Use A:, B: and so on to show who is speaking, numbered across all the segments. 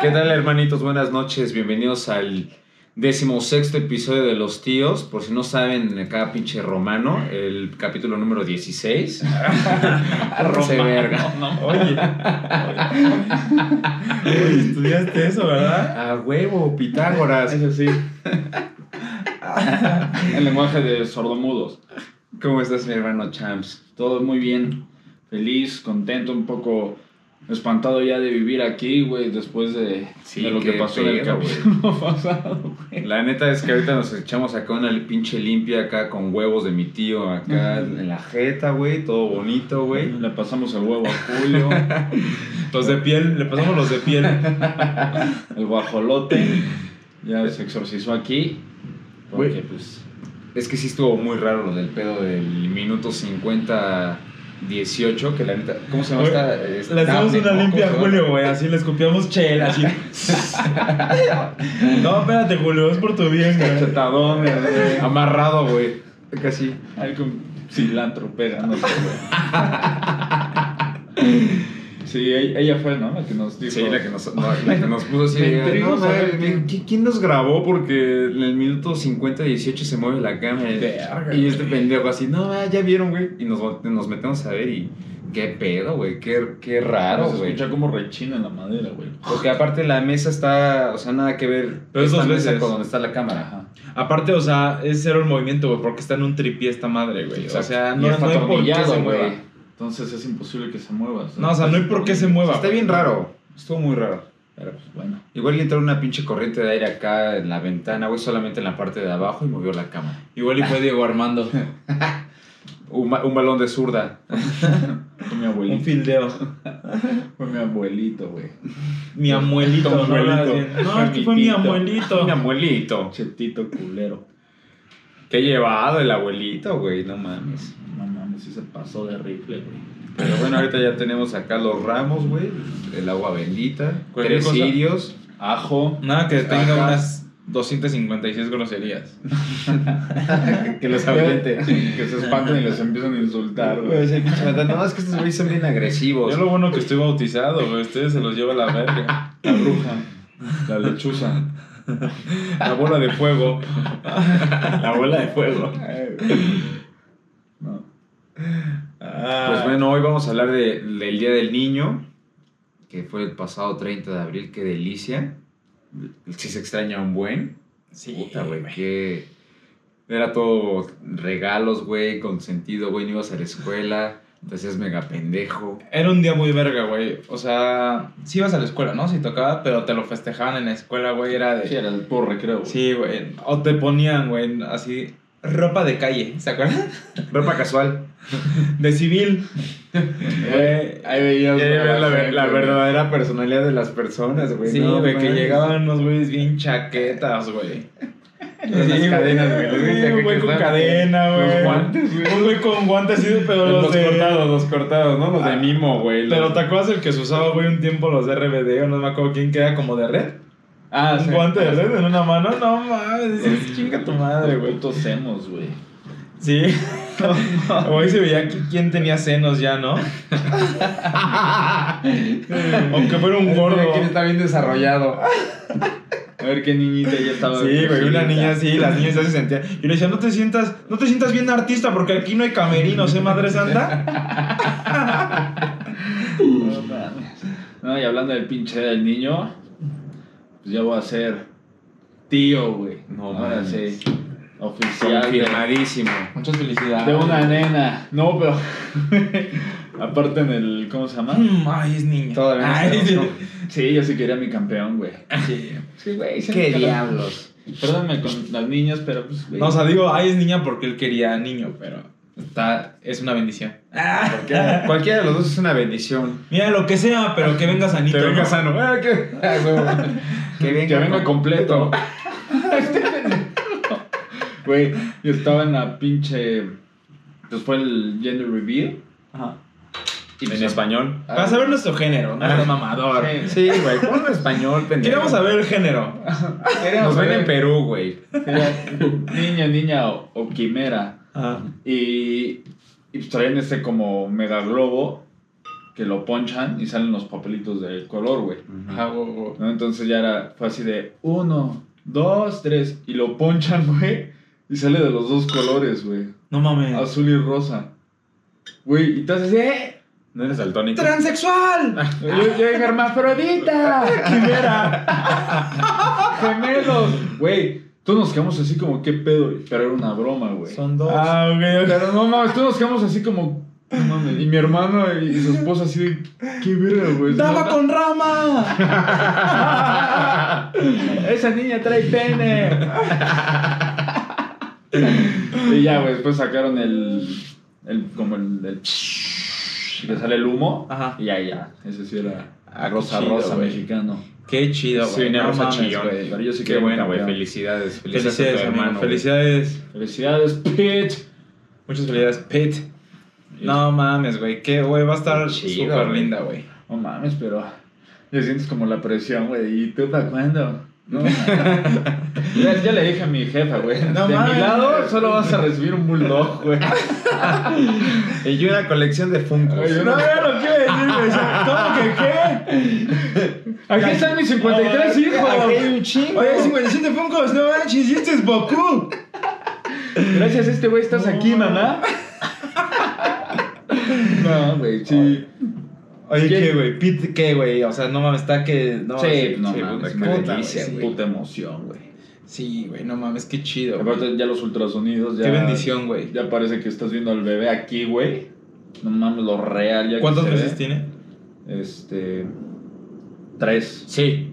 A: ¿Qué tal, hermanitos? Buenas noches. Bienvenidos al decimosexto episodio de Los Tíos. Por si no saben, acá pinche romano, el capítulo número 16. Romance verga.
B: No, no.
C: Oye, oye. Oye, estudiaste eso, ¿verdad?
A: A huevo, Pitágoras.
B: Eso sí. El lenguaje de sordomudos.
A: ¿Cómo estás, mi hermano Champs?
B: Todo muy bien. Feliz, contento, un poco espantado ya de vivir aquí, güey, después de,
A: Sí,
B: de lo que
A: qué
B: pasó en el
A: pedo, güey.
B: capítulo pasado, güey.
A: La neta es que ahorita nos echamos acá una pinche limpia acá con huevos de mi tío acá
B: Ujú.
A: en la jeta, güey, todo bonito, güey.
B: Le pasamos el huevo a Julio,
C: Los de piel, le pasamos los de piel.
B: el guajolote.
C: Eh.
B: Ya se exorcizó aquí. Porque,
A: Güey.
B: pues.
A: Es que sí estuvo muy raro lo del pedo del minuto 50 18, que la neta, ¿cómo se llama
C: Güey,
A: esta? Este,
C: Le hacemos una limpia a Julio, güey, así le escupíamos chela, así. No, espérate, Julio, es por tu bien, güey.
B: Cachetadón, güey.
A: Eh, Amarrado, güey. Casi.
B: Ahí con cilantro pegándose, güey. Sí, e- ella fue, ¿no? La que nos dijo.
A: Sí, la que nos, no, la que nos puso así.
B: Me
A: de,
B: intriga
A: "No,
B: saber
A: güey,
B: quién-
A: ¿qui- ¿Quién nos grabó? Porque en el minuto 50 18 se mueve la cámara.
C: Verga,
A: Y este
C: güey.
A: pendejo así, no, ah, ya vieron, güey. Y nos, volte- nos metemos a ver y. Qué pedo, güey. Qué, qué raro,
B: se
A: güey.
B: escucha como rechina en la madera, güey.
A: Porque aparte la mesa está, o sea, nada que ver.
C: Pero es
A: esta
C: dos
A: mesa
C: veces.
A: Con donde está la cámara.
B: Ajá.
C: Aparte, o sea, es cero el movimiento, güey, porque está en un tripié esta madre, güey. O
A: Exacto.
C: sea,
A: Y
C: no,
A: está
C: no hay por qué se
A: atornillado,
C: mueva.
A: güey.
B: Entonces es imposible que se mueva.
C: No, o sea, no hay por qué se mueva.
A: Está bien raro. Estuvo muy raro.
B: Pero pues bueno.
A: Igual le entró una pinche corriente de aire acá en la ventana, güey, solamente en la parte de abajo y movió la cámara.
C: Igual y fue Diego Armando.
A: Un, ma- un balón de zurda.
B: Fue mi
C: Un
B: abuelito.
C: fildeo.
B: Fue mi abuelito, güey.
C: Mi amuelito.
B: Como
C: no,
B: abuelito.
C: Más bien. No,
B: Fue
C: es que
B: mi
C: fue mi
B: tito.
C: abuelito.
A: Mi abuelito.
B: Chetito culero.
A: Qué llevado el abuelito, güey, no mames.
B: No mames, sí se pasó de rifle, güey.
A: Pero bueno, ahorita ya tenemos acá los ramos, güey. El agua bendita.
C: Cualquier
A: Tres
C: cosa.
A: cirios.
B: Ajo.
C: Nada que tenga
A: Ajá.
C: unas 256 groserías.
A: que los
B: Que se espanten y les empiezan a insultar,
C: Pues,
B: güey.
A: No, es que estos güeyes son bien agresivos.
C: Yo lo bueno que estoy bautizado, güey. Ustedes se los lleva la verga.
B: La bruja. La lechuza.
C: La bola de fuego.
A: La bola de fuego.
B: Ay, güey. No.
C: Ah,
A: Pues bueno, hoy vamos a hablar de- del Día del Niño, que fue el pasado 30 de abril, qué delicia. Si se extraña un buen.
C: Sí,
A: Puta, güey,
C: güey.
A: que era todo regalos, güey, consentido, güey, no ibas a la escuela, entonces es mega pendejo.
C: Era un día muy verga, güey. O sea, sí ibas a la escuela, ¿no? Si tocaba, pero te lo festejaban en la escuela, güey. Era
B: Sí,
C: de.
B: era el porre, creo, güey.
C: Sí, güey. O te ponían, güey, así. Ropa de calle, ¿se acuerdan?
A: Ropa casual.
C: De civil.
B: Güey, ahí veías a la gente, güey.
A: verdadera personalidad de las personas,
C: Sí,
A: no
C: güey, que
A: mames.
C: llegaban unos güeyes bien chaquetas, güey.
A: Con las
C: Sí,
A: cadenas, güey, los güeyes
C: Sí,
A: que-
C: Un güey
A: que
C: con
A: están-
C: cadena,
A: los
C: güey.
A: guantes, güey.
C: Un güey con guantes, sí, pero los,
A: Los
C: de.
A: cortados, los cortados, ¿no? Los de
C: Ah.
A: mimo, güey. los-
C: Pero ¿te acuerdas el que se usaba, güey, un tiempo los de RBD o no me acuerdo quién queda como de red?
B: Ah,
C: un
B: sí.
C: guante de red en una mano. No mames, dices, chinga tu madre,
B: Los
C: güey.
B: putos semos, güey.
C: Sí. Hoy se veía qui- quién tenía senos ya, ¿no? Aunque fuera un
A: Este
C: gordo.
A: de aquí está bien desarrollado.
B: A ver qué niñita ya estaba.
C: Sí, güey, una
B: crecidita.
C: niña así, las niñas ya se sentían. Yo le decía, no te sientas, no te sientas bien artista porque aquí no hay camerinos, ¿eh, madre santa?
B: No, mames. No, y hablando del pinche del niño, pues ya voy a ser tío, güey.
A: No
B: Ahora
A: mames.
B: sí. Oficial. De,
A: Confirmadísimo.
C: Muchas felicidades.
B: de una nena. No, pero. Aparte en el. ¿Cómo se llama?
C: Mm, Ay, es niña.
A: Todavía no
C: Ay,
A: sabemos,
B: Sí, yo sí quería mi campeón, güey.
C: sí.
B: Sí, güey. sí me
A: Qué
B: cala-
A: diablos.
B: Perdóname con las niñas, pero pues. güey.
C: No, o sea, digo, ay, es niña porque él quería niño, pero está, es una bendición.
A: Ah. Cualquiera, cualquiera de los dos es una bendición.
C: Mira, lo que sea, pero que venga sanito.
A: Te venga
C: ¿no?
A: sano. Ah, qué- Ah, güey. Que venga,
B: Que venga completo. Güey, yo estaba en la pinche. Pues fue el gender reveal.
C: Ajá.
B: Y pues,
A: En español.
C: Para saber nuestro género, no eres mamador.
B: Sí.
A: Sí, güey. Ponlo en español, pendejo.
C: Queremos saber el género.
A: Nos
B: Queríamos
A: ven
B: saber
A: en Perú, güey.
B: si era Niña, niña o, o quimera.
C: Ah.
B: Y, y pues traían este como megaglobo que lo ponchan y salen los papelitos del color, güey.
A: Ujú.
D: Ajá, güey, güey.
B: ¿no? Entonces ya era, fue así de uno, dos, tres, y lo ponchan, güey, y sale de los dos colores, güey,
C: No mames.
B: azul y rosa. Güey, y te haces, ¡eh!
C: No eres daltónico. ¡Transexual!
B: Yo, yo dije, hermafrodita, quimera, gemelos, güey. Todos nos quedamos así como, ¿qué pedo? güey? Pero era una broma, güey.
C: Son dos.
B: Ah, ok, ok. Pero no mames, todos nos quedamos así como, no mames. Y mi hermano y, y su esposa así de, ¿qué verga, güey?
C: ¡Dama con rama!
B: Esa niña trae pene. y ya, güey, después sacaron el. el como el. el que sale el humo.
C: Ajá.
B: Y ya, ya. Ese sí era.
A: Ah, qué
B: rosa,
A: chido,
B: rosa,
A: güey.
B: mexicano.
C: Qué chido,
A: Sí,
C: güey.
A: venía
C: No
A: Rosa
C: mames,
A: Chillón.
C: güey.
B: Pero yo sí
A: Qué
B: quedé
A: buena, güey.
B: campeón.
A: Felicidades. Felicidades,
C: Felicidades,
A: a tu
C: amigo.
A: hermano. güey.
C: Felicidades.
B: Felicidades, Pete.
C: Muchas felicidades, Pete. No mames, güey. Qué, güey, va a estar
A: Chido,
C: súper
A: güey.
C: linda, güey.
B: No mames, pero. Le sientes como la presión, güey. ¿Y tú para cuándo? No. ya, ya le dije a mi jefa, güey.
C: No
B: de
C: mames.
B: mi lado solo vas a recibir un bulldog, güey.
A: Y yo una colección de Funko.
B: Ay, yo no-
C: lo quiero decir, güey. ¿Cómo que qué?
B: Aquí están mis 53 hijos.
C: Aquí hay
B: un chingo.
C: Oye, 57 Funkos, no manches, y este es Boku.
B: Gracias a este güey estás aquí, mamá. No, güey, sí.
C: Oye,
B: ¿Quién?
C: ¿qué, güey? Pete, ¿qué, güey? O sea, no mames, está que. No,
B: sí,
C: mames,
B: no
C: sí,
B: mames,
C: puta,
B: qué
C: puta,
B: delicia,
C: güey,
B: güey.
C: sí.
B: Puta emoción, güey.
C: Sí, güey, no mames, qué chido. güey.
B: Aparte, ya los ultrasonidos, ya.
C: Qué bendición, güey.
B: Ya parece que estás viendo al bebé aquí, güey. No mames, lo real. Ya que
C: ¿Cuántos
B: se ve.
C: meses tiene?
B: Este. Tres.
A: Sí.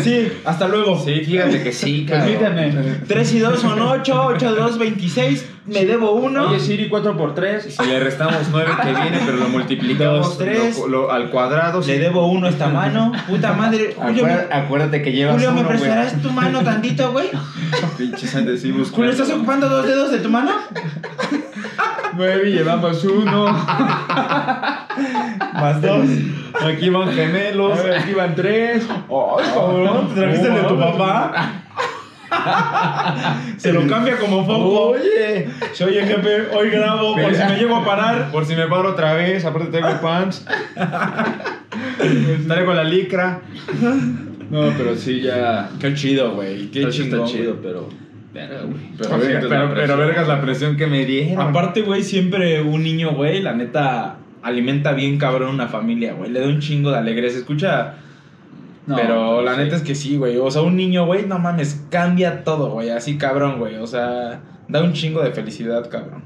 C: Sí, hasta luego.
A: Sí, fíjate que sí,
C: Pues
A: cabrón.
B: Permíteme.
C: 3 y 2 son 8, 8 y 2, 26. Me debo uno.
B: Oye, Siri, cuatro por tres.
A: Si le restamos 9 que viene, pero lo multiplicamos
C: Dos, tres.
A: lo- lo- al cuadrado.
C: Le
A: sí.
C: debo uno a esta mano. Puta madre. Julio, me,
D: Acuérdate, acuérdate que llevas
C: Julio, ¿me
D: uno, güey.
C: prestarás tu mano tantito, güey?
A: Pinches adhesivos.
C: Julio, ¿estás ocupando dos dedos de tu mano?
B: Nueve y llevamos uno.
C: Más dos.
A: Aquí van gemelos.
B: A ver, Aquí van tres.
C: Ay, cabrón, ¿te trajiste el de tu papá? Se lo cambia como foco. Oye. Se oye, jefe, hoy grabo por si me llego a parar.
A: Por si me paro otra vez, aparte traigo pants.
C: Este.
A: Traigo la licra.
B: No, pero sí, ya.
C: Qué chido, güey. Qué
B: Eso
C: chingón,
B: está chido,
C: güey.
B: pero. Verga, güey.
A: Pero, vergas, pero, pero vergas la presión que me dieron.
C: Aparte, güey, siempre un niño, güey, la neta alimenta bien cabrón una familia, güey. Le da un chingo de alegría. Se escucha
B: No,
C: pero la
B: sí.
C: neta es que sí, güey. O sea, un niño, güey, no mames, cambia todo, güey. Así cabrón, güey. O sea, da un chingo de felicidad, cabrón.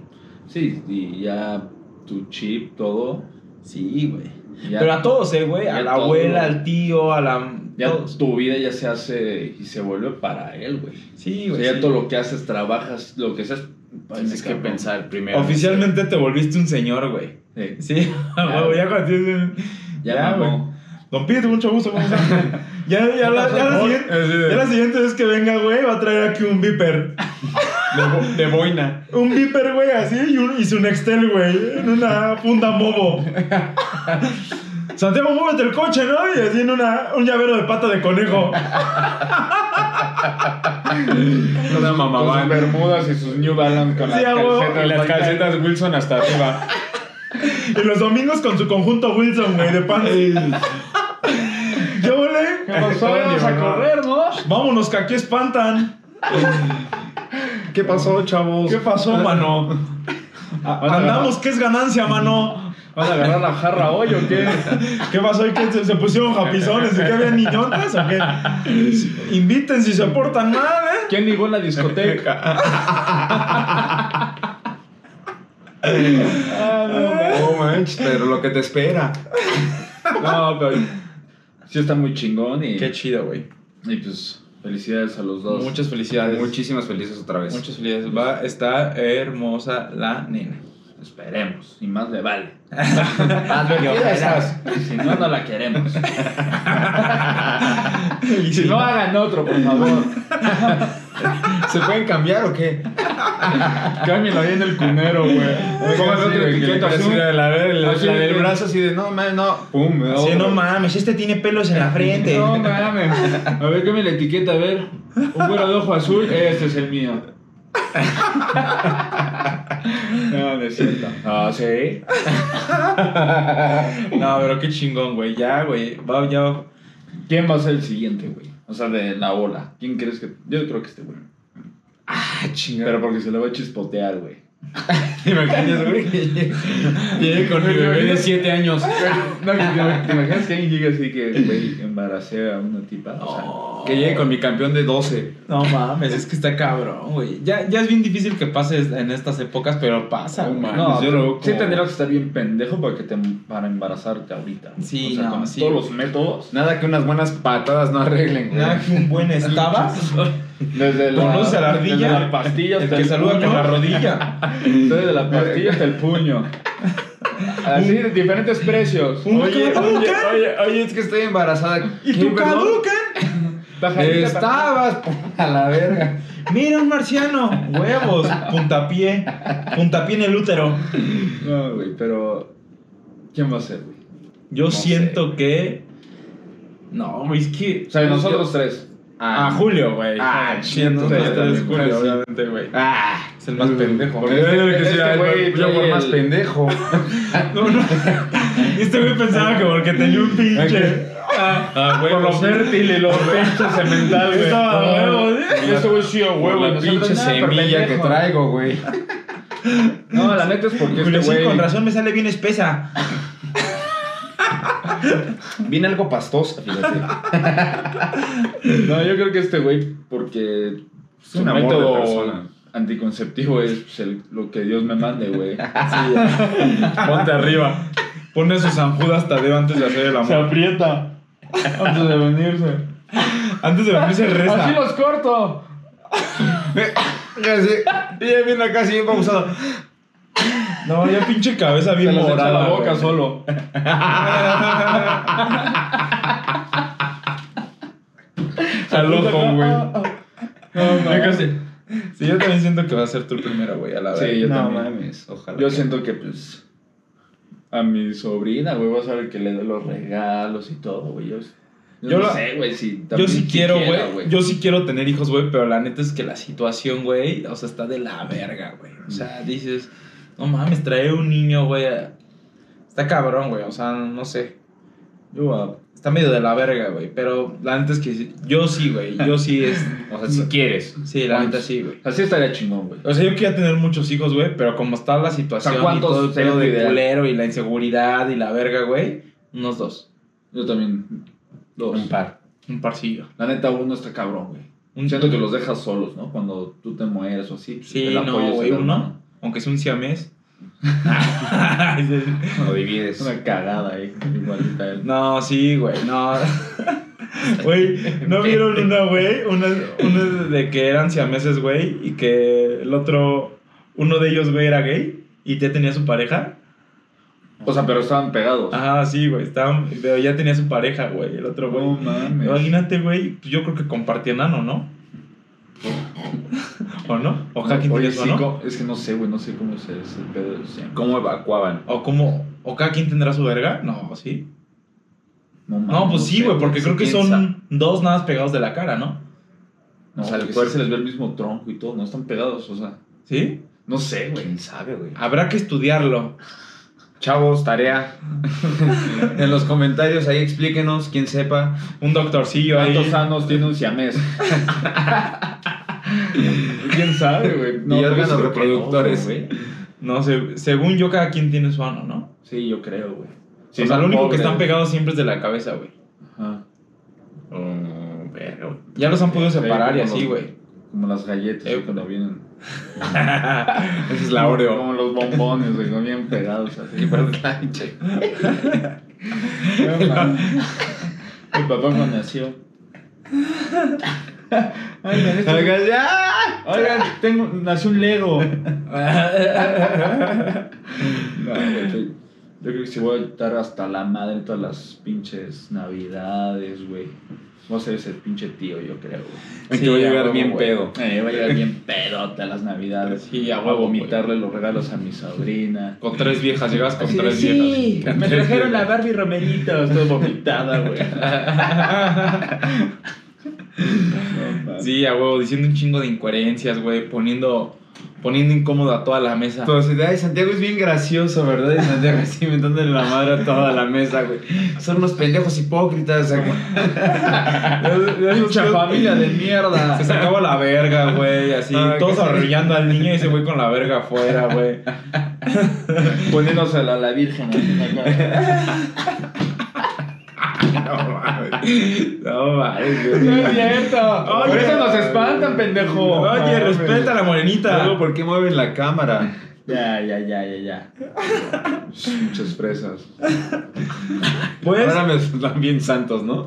B: Sí, y ya tu chip, todo.
C: Sí, güey.
B: Ya,
C: Pero a todos, eh, güey. A
B: Ya
C: la
B: todo,
C: abuela,
B: güey.
C: al tío, a la.
B: ya
C: todos.
B: tu vida ya se hace y se vuelve para él, güey.
C: Sí,
B: O
C: güey.
B: sea, ya
C: sí.
B: todo lo que haces, trabajas, lo que haces.
A: Tienes que pensar primero.
C: Oficialmente te volviste un señor, güey.
B: Sí,
C: Sí, güey. Ya cuando tienes un-
B: eh, ya,
C: Ya,
B: mamó.
C: Don Pete, mucho gusto, ¿cómo estás? ya, ya, la, ya, la siguiente,
B: eh,
C: ya la siguiente vez que venga, güey, va a traer aquí un viper.
A: De, de boina.
C: Un viper, güey, así, y, un, y su Nextel, güey, en una funda mobo. Santiago, muévete el coche, ¿no? Y así en una, un llavero de pata de conejo.
A: Una
B: Con sus
A: mamabana.
B: bermudas y sus New Balance con
C: Sí,
B: las
C: a huevo.
B: calcetas.
A: Y las
B: Michael.
A: calcetas Wilson hasta arriba.
C: Y los domingos con su conjunto Wilson, güey, de pan. Yo,
B: ¿Qué
C: güey.
B: pasó? Vamos a correr, ¿no? Ah,
C: Vámonos, que aquí espantan.
A: ¿Qué pasó, chavos?
C: ¿Qué pasó, mano? Andamos, ¿qué es ganancia, mano?
B: ¿Van a agarrar la jarra hoy o qué?
C: ¿Qué pasó? ¿Y qué se, se pusieron japizones? ¿Y qué había niñotas o qué? Inviten si se portan mal, ¿eh?
B: ¿Quién ligó en la discoteca?
A: No manches, pero lo que te espera.
B: No, pero sí está muy chingón y,
C: chido, güey.
B: y pues felicidades a los dos.
C: Muchas felicidades.
A: Muchísimas felices otra vez.
C: Muchas felicidades. Va, está hermosa la nena.
B: Esperemos, y más le vale.
A: Advertida estás.
B: Si no, no la queremos.
C: Y
B: Si no, hagan otro, por favor.
A: ¿Se pueden cambiar o qué?
B: Cámbienlo ahí en el cunero, güey.
A: Pongan
B: Pónganle
A: otra etiqueta así de la, del- la
B: Así de
A: del
B: que-
A: brazo, así de no, man, no. Pum, me da
C: Sí,
A: otro.
C: no mames, este tiene pelos en la frente.
B: No mames. A ver, cámbiale la etiqueta, a ver. Un güero de ojo azul, este es el mío. No, no es cierto.
A: Ah, sí.
C: No, pero qué chingón, güey. Ya, güey. Va, ya.
B: ¿Quién va a ser el siguiente, güey? O sea, de la ola. ¿Quién crees que.? Yo creo que este, güey.
A: Ah, chingada.
B: Pero porque se le va a chispotear, güey.
A: ¿Te imaginas, güey? Llegué con mi bebé de 7 años.
B: No, que te, te imaginas que alguien llega así que, güey, embaracé a una tipa? O sea,
A: Que llegue con mi campeón de 12.
C: No mames, es que está cabrón, güey. Ya, ya es bien difícil que pase en estas épocas, pero pasa,
A: No
C: güey.
A: mames,
B: no,
A: yo lo veo
B: sí
A: como-
B: tendrías que estar bien pendejo para, que te, para embarazarte ahorita. güey.
C: Sí,
B: o sea,
C: no,
B: con
C: sí,
B: todos
C: güey.
B: los métodos.
A: Nada que unas buenas patadas no arreglen, güey.
C: Nada que un buen estaba.
B: Desde la,
C: Conoce a la ardilla.
B: Desde la pastilla
C: El
B: hasta
C: que
B: el
C: saluda
B: puño.
C: con la rodilla.
B: Desde la pastilla hasta el puño. Así, de diferentes precios.
C: Un caducan.
A: oye, oye, es que estoy embarazada.
C: ¿Y
A: ¿Qué,
C: tú
A: perdón?
C: caducan?
B: Pajarita,
A: Estabas a la verga.
C: Mira un marciano. Huevos. Puntapié. Puntapié en el útero.
B: No, güey, pero. ¿Quién va a ser, güey?
C: Yo
A: No
C: siento que. No, güey, es que.
B: O sea, de nosotros tres.
C: A Julio, güey.
A: Ah,
C: siento este
A: chido,
C: es
A: también,
B: pues,
C: Julio,
A: sí.
C: obviamente, güey.
A: Ah,
C: Es el más pendejo.
A: Porque yo que
B: Este
A: sea,
B: güey
A: yo por
B: trae
A: más
B: el-
A: pendejo.
C: No, no. Este güey pensaba que porque tenía un pinche. Ah,
B: Por lo fértil y lo pinche cemental, güey.
C: Estaba
B: No,
C: huevo, ¿eh?
B: Y ese güey sí, a
A: Por
B: huevo. y
A: la
B: nosotros,
A: pinche
B: nada,
A: semilla que
B: pendejo.
A: traigo, güey.
B: No, la neta es porque este
C: Julio, sí,
B: güey.
C: con razón me sale bien espesa.
A: Viene algo pastoso, fíjate.
B: No, yo creo que este güey, porque su
A: un amor de persona.
B: método anticonceptivo es pues, el- lo que Dios me mande, güey.
A: Ponte arriba.
C: Pone su San Judas Tadeo antes de hacer el amor.
B: aprieta antes de venirse.
C: Antes de dormirse reza.
B: ¡Así los corto!
A: Y ya viene acá así bien pausado.
C: No, ya pinche cabeza
B: Se
C: bien
B: los echa a
C: morada.
B: la boca
C: güey.
B: solo.
C: Al ojo, güey.
B: No,
C: Ya casi. Sí, yo también siento que va a ser tu primero, güey, a la
B: Sí, yo
A: no,
B: también.
A: mames, ojalá.
B: Yo
A: que-
B: siento que, pues, a mi sobrina, güey, va a ser el que le dé los regalos y todo, güey. Yo, yo
C: Yo
B: no
C: la-
B: sé, güey, si
C: Yo
B: también
C: sí quiero,
B: quisiera,
C: güey. Yo sí quiero tener hijos, güey, pero la neta es que la situación, güey, o sea, está de la verga, güey. O sea, dices, no mames, traer un niño, güey. Está cabrón, güey, o sea, no sé.
B: Yo, ah,
C: Está medio de la verga, güey, pero la neta es que sí- yo sí, güey. Yo sí es.
A: O sea, si quieres.
C: Sí, la neta sí, güey.
B: Así estaría chingón, güey.
C: O sea, yo quería tener muchos hijos, güey, pero como está la situación
B: O sea,
C: y
B: ¿cuántos
C: todo el
B: sería
C: pedo
B: tu
C: de
B: ideal?
C: culero y la inseguridad y la verga, güey, unos dos.
B: Yo también. Dos.
A: Un par.
C: Un parcillo.
B: La neta, uno está cabrón, güey.
C: Un
B: Siento que los dejas solos, ¿no? Cuando tú te mueres o así. pues,
C: Sí,
B: el apoyo
C: no,
B: es
C: güey,
B: el
C: uno.
B: hermano.
C: Aunque sea un siamés.
A: Lo divides.
B: Es una cagada ahí, igualita a él.
C: no, sí, güey, no. Güey, ¿no vieron una, güey? Una, una de que eran siameses, güey, y que el otro, uno de ellos, güey, era gay y ya tenía su pareja.
B: O sea, pero estaban pegados.
C: Ajá, sí, güey, estaban, pero ya tenía su pareja, güey, el otro, güey.
B: no mames.
C: Imagínate, güey, yo creo que compartía nano, ¿no? ¿O no? ¿O Hacking
B: Oye,
C: tenía
B: sí,
C: su ano?
B: co- Es que no sé, güey, no sé cómo se es el pedo de los siameses.
A: ¿Cómo evacuaban?
C: ¿O cómo? ¿O cada quien tendrá su verga? No, sí.
B: mames,
C: No, pues sí,
B: sé,
C: güey, porque
B: sí,
C: creo que
B: quién
C: son
B: sabe.
C: dos nada más pegados de la cara, ¿no?
B: No,
A: o sea, el
B: porque sí
A: cuerpo.
B: se les ve el mismo tronco y todo, no están pegados, o sea.
C: ¿Sí?
B: No sé, güey.
A: ¿Quién sabe, güey?
C: Habrá que estudiarlo.
A: Chavos, tarea. en los comentarios ahí explíquenos, quien sepa.
C: Un doctorcillo ahí.
B: ¿Cuántos anos tiene un siamés? ¿Quién sabe, güey?
A: Y
B: pero
A: órganos
B: yo creo que
A: reproductores.
B: no, güey.
C: No sé, según yo, cada quien tiene su ano, ¿no?
B: Sí, yo creo, güey.
C: o sea, lo único que están
B: pegados
C: pegados siempre es de la cabeza, güey.
B: Ajá.
A: Mm, pero-
C: Ya los han podido separar y
B: como
C: así,
B: los-
C: güey.
B: Como las galletas
C: Eh,
B: que cuando vienen.
C: Esa es la
B: Como los bombones, güey, como bien pegados así.
A: Qué verdad, che.
B: Mi papá cuando nació. Oigan, esto-
A: Oigan, ya.
B: este oigan, tengo, nació un Lego. No, güey, te- yo creo que sí voy a estar hasta la madre en todas las pinches navidades, güey. Voy a ser ese pinche tío, yo creo, güey.
A: Hay
C: Sí,
A: que voy a
C: a
A: llegar
C: huevo,
A: bien
C: güey.
A: pedo.
B: Eh, voy a llegar bien pedote a las navidades.
C: Sí, a
B: Voy a
C: huevo,
B: vomitarle los regalos a mi sobrina.
C: Con tres viejas, llegas con
B: Así de,
C: tres
B: "Sí,
C: viejas.
B: me trajeron la Barbie Romerito. Estoy vomitada, güey. No mames.
C: Sí, a huevo, diciendo un chingo de incoherencias, güey, poniendo, poniendo incómodo a toda la mesa.
A: Pero si de Santiago es bien gracioso, ¿verdad? Y Santiago así inventándole la madre a toda la mesa, güey. Son unos pendejos hipócritas.
C: Mucha
A: Mucha familia de mierda.
C: Se sacaba la verga, güey, así,
A: Ah,
C: todos
A: qué-
C: arrullando al niño y ese güey con la verga afuera, güey.
B: Poniéndosela a la virgen. así, acá.
C: No mames, güey.
A: No es cierto.
C: Oye.
B: Por eso nos espantan, pendejo.
C: Oye,
A: mames.
C: respeta a la morenita.
A: Luego, ¿por qué mueven la cámara?
B: Ya, ya, ya, ya, ya. Muchas fresas.
C: Pues,
A: Ahora me están bien santos, ¿no?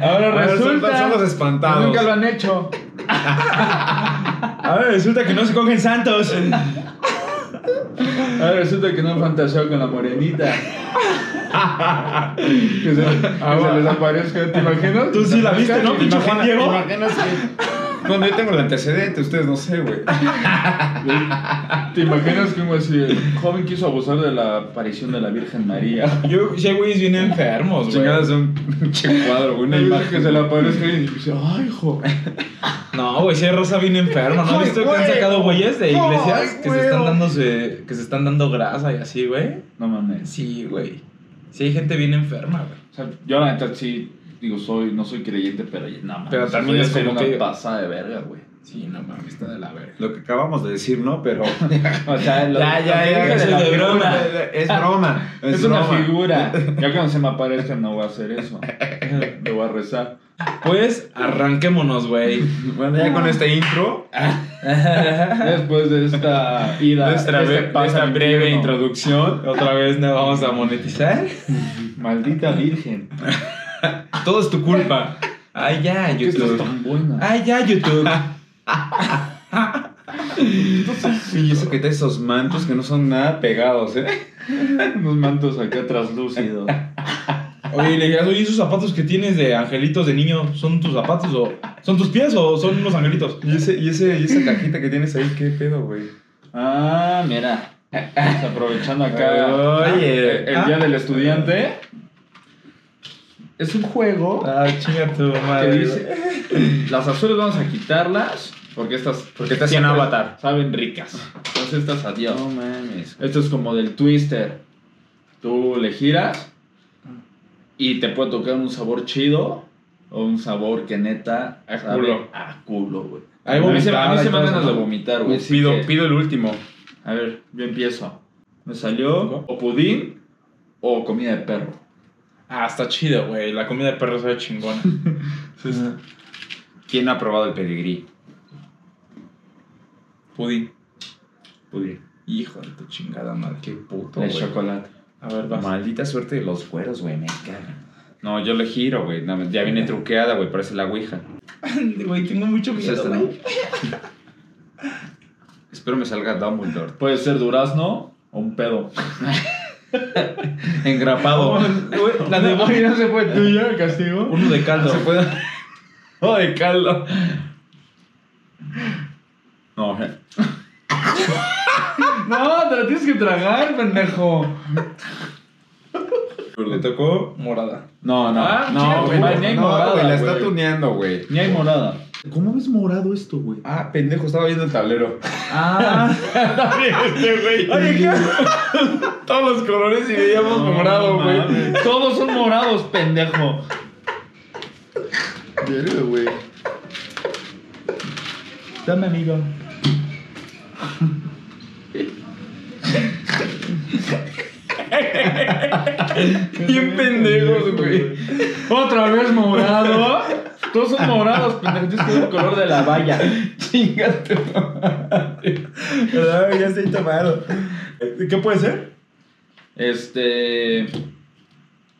B: Ahora
A: Ahora son- son los espantados.
B: que Nunca lo han hecho.
C: ahora resulta que no se cogen santos.
B: Ahora resulta que no han fantaseado con la morenita. que se, que se les aparezca, ¿te imaginas?
C: Tú sí la viste, ¿no, pinche Juan Diego?
B: ¿Te imaginas que,
A: Cuando yo tengo el antecedente, ustedes no sé, güey.
B: te imaginas que como si el joven quiso abusar de la aparición de la Virgen María?
C: Yo, ese güey es bien enfermo, güey.
A: Chingadas un pinche cuadro, güey, una
B: Una imagen que
A: imagen.
B: se le aparezca y dice, ay, hijo.
C: No, güey, sí hay raza bien enferma, ¿no?
A: Ay,
C: ¿Has visto que han
A: güey.
C: sacado güeyes de iglesias
A: Ay,
C: que se
A: güey.
C: están dando se- que se están dando grasa y así, güey?
B: No mames.
C: Sí, güey. Sí hay gente bien enferma, güey.
B: O sea, yo la neta sí, digo, soy, no soy creyente, pero nada más.
C: Pero también es como
B: una
C: que-
B: pasada de verga, güey.
C: Sí, no mames, está de la verga.
A: Lo que acabamos de decir, ¿no? Pero.
B: O sea, lo-
C: ya,
B: lo-
C: es
B: la
C: de
B: figura-
C: broma.
A: Es broma.
B: Es, una
A: broma.
B: figura. Ya que no se me aparezca, no voy a hacer eso. Le voy a rezar.
C: Pues arranquémonos, güey.
A: Bueno, ya con este intro,
B: Después de esta ida,
A: nuestra
B: este
A: bre-
B: paso
A: esta
B: al
A: breve
B: infierno.
A: introducción.
C: Otra vez nos vamos a monetizar.
B: Maldita virgen.
A: Todo es tu culpa.
C: Ay, ya,
B: ¿Por ¿Qué estás
C: YouTube. Ah,
B: tan buena?
C: Ay, ya, YouTube.
A: Y eso que te esos mantos que no son nada pegados, ¿eh?
B: Unos mantos acá traslúcidos.
C: Oye, le dijeras, oye, esos zapatos que tienes de angelitos de niño, ¿son tus zapatos o son tus pies o son unos angelitos?
A: Y, ese, y, ese, y esa cajita que tienes ahí, ¿qué pedo, güey?
B: Ah, mira. Estamos aprovechando acá
A: Oye.
B: el día del estudiante. Es un juego
C: Ah, chinga tu
B: que
C: madre. güey.
B: dice: Las azules vamos a quitarlas porque estas.
A: Porque te hacían
B: siempre
A: avatar.
B: Saben ricas. Entonces estas adiós.
A: mames.
B: Esto es como del twister. Tú le giras y te puede tocar un sabor chido o un sabor que neta
C: A
B: sabe
C: culo.
B: A culo, güey.
C: Hay
B: A mí se, a mí
C: vomitada y
B: se me
C: todo
B: dan
C: eso,
B: ganas de
C: ¿no?
B: vomitar, güey. así
A: pido,
B: que-
A: pido el último.
B: A ver, yo empiezo. Me salió o pudín o comida de perro.
C: Ah, está chido, güey. La comida de perro sabe chingona.
A: ¿Quién ha probado el pedigrí?
C: Pudín.
B: Pudín.
C: Hijo de tu chingada madre.
A: Qué
C: Oh,
A: puto,
B: El chocolate.
C: A ver, vas.
A: Maldita suerte de los cueros, güey, me cagan. No, yo le giro, güey. No, ya viene truqueada, güey, parece la ouija.
C: Güey, tengo mucho
A: Pues
C: miedo,
A: esta no.
C: güey.
A: Espero me salga Dumbledore.
B: Puede ser durazno o un pedo.
A: Engrapado.
C: Güey, La de
B: Ay, no se fue tuya el castigo.
C: Uno de caldo.
A: Se puede. Oh, de caldo. No, eh.
B: No, te lo tienes que tragar, pendejo.
C: Le tocó morada.
A: no, no.
B: Ah,
A: no,
B: chinga tu
A: güey,
B: madre, ni hay
A: no,
B: morada,
A: güey, la
B: güey.
A: está tuneando, güey.
B: Ni hay morada. ¿Cómo ves morado esto, güey?
A: Ah, pendejo, estaba viendo el tablero.
C: Ah.
A: este güey.
C: Oye, ¿qué?
A: Todos los colores y veíamos
B: No,
A: morado, güey.
B: mames. Todos son morados, pendejo. Verga, güey. Dame, amigo.
A: Bien pendejos, güey.
B: Otra vez morado. Todos son morados, pendejo. Tienes que ver el color de la valla.
A: Chingate.
C: Ay, ya estoy tomado. ¿Qué puede ser?
B: Este.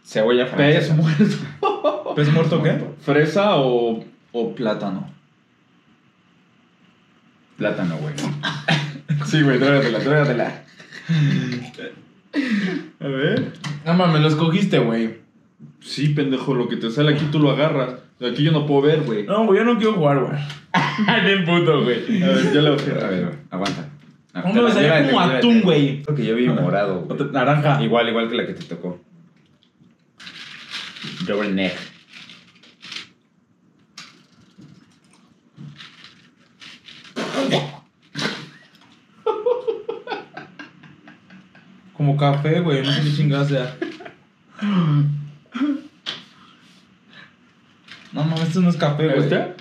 A: Cebolla
B: Pez
A: francesa.
B: muerto.
C: ¿Pez muerto qué?
B: ¿Fresa o, o plátano?
A: Plátano, güey.
B: Sí, güey, trágatela, trágatela.
C: A ver. No mames, lo escogiste, güey.
B: Sí, pendejo, lo que te sale aquí tú lo agarras. Aquí yo no puedo ver, güey.
C: No, güey, yo no quiero jugar, güey.
A: Bien puto, güey.
B: A ver, ya la
A: A
B: bajé.
A: ver, güey, aguanta.
C: No me
A: Llévate,
C: salía como
A: llévate.
C: atún, güey.
A: Creo que yo vi morado, güey. Ah.
C: Otra- Naranja.
A: Igual, igual que la que te tocó. Double neck.
C: Como café, güey, no sé qué chingadas sea. No mames, esto no es café, güey.
A: ¿Este?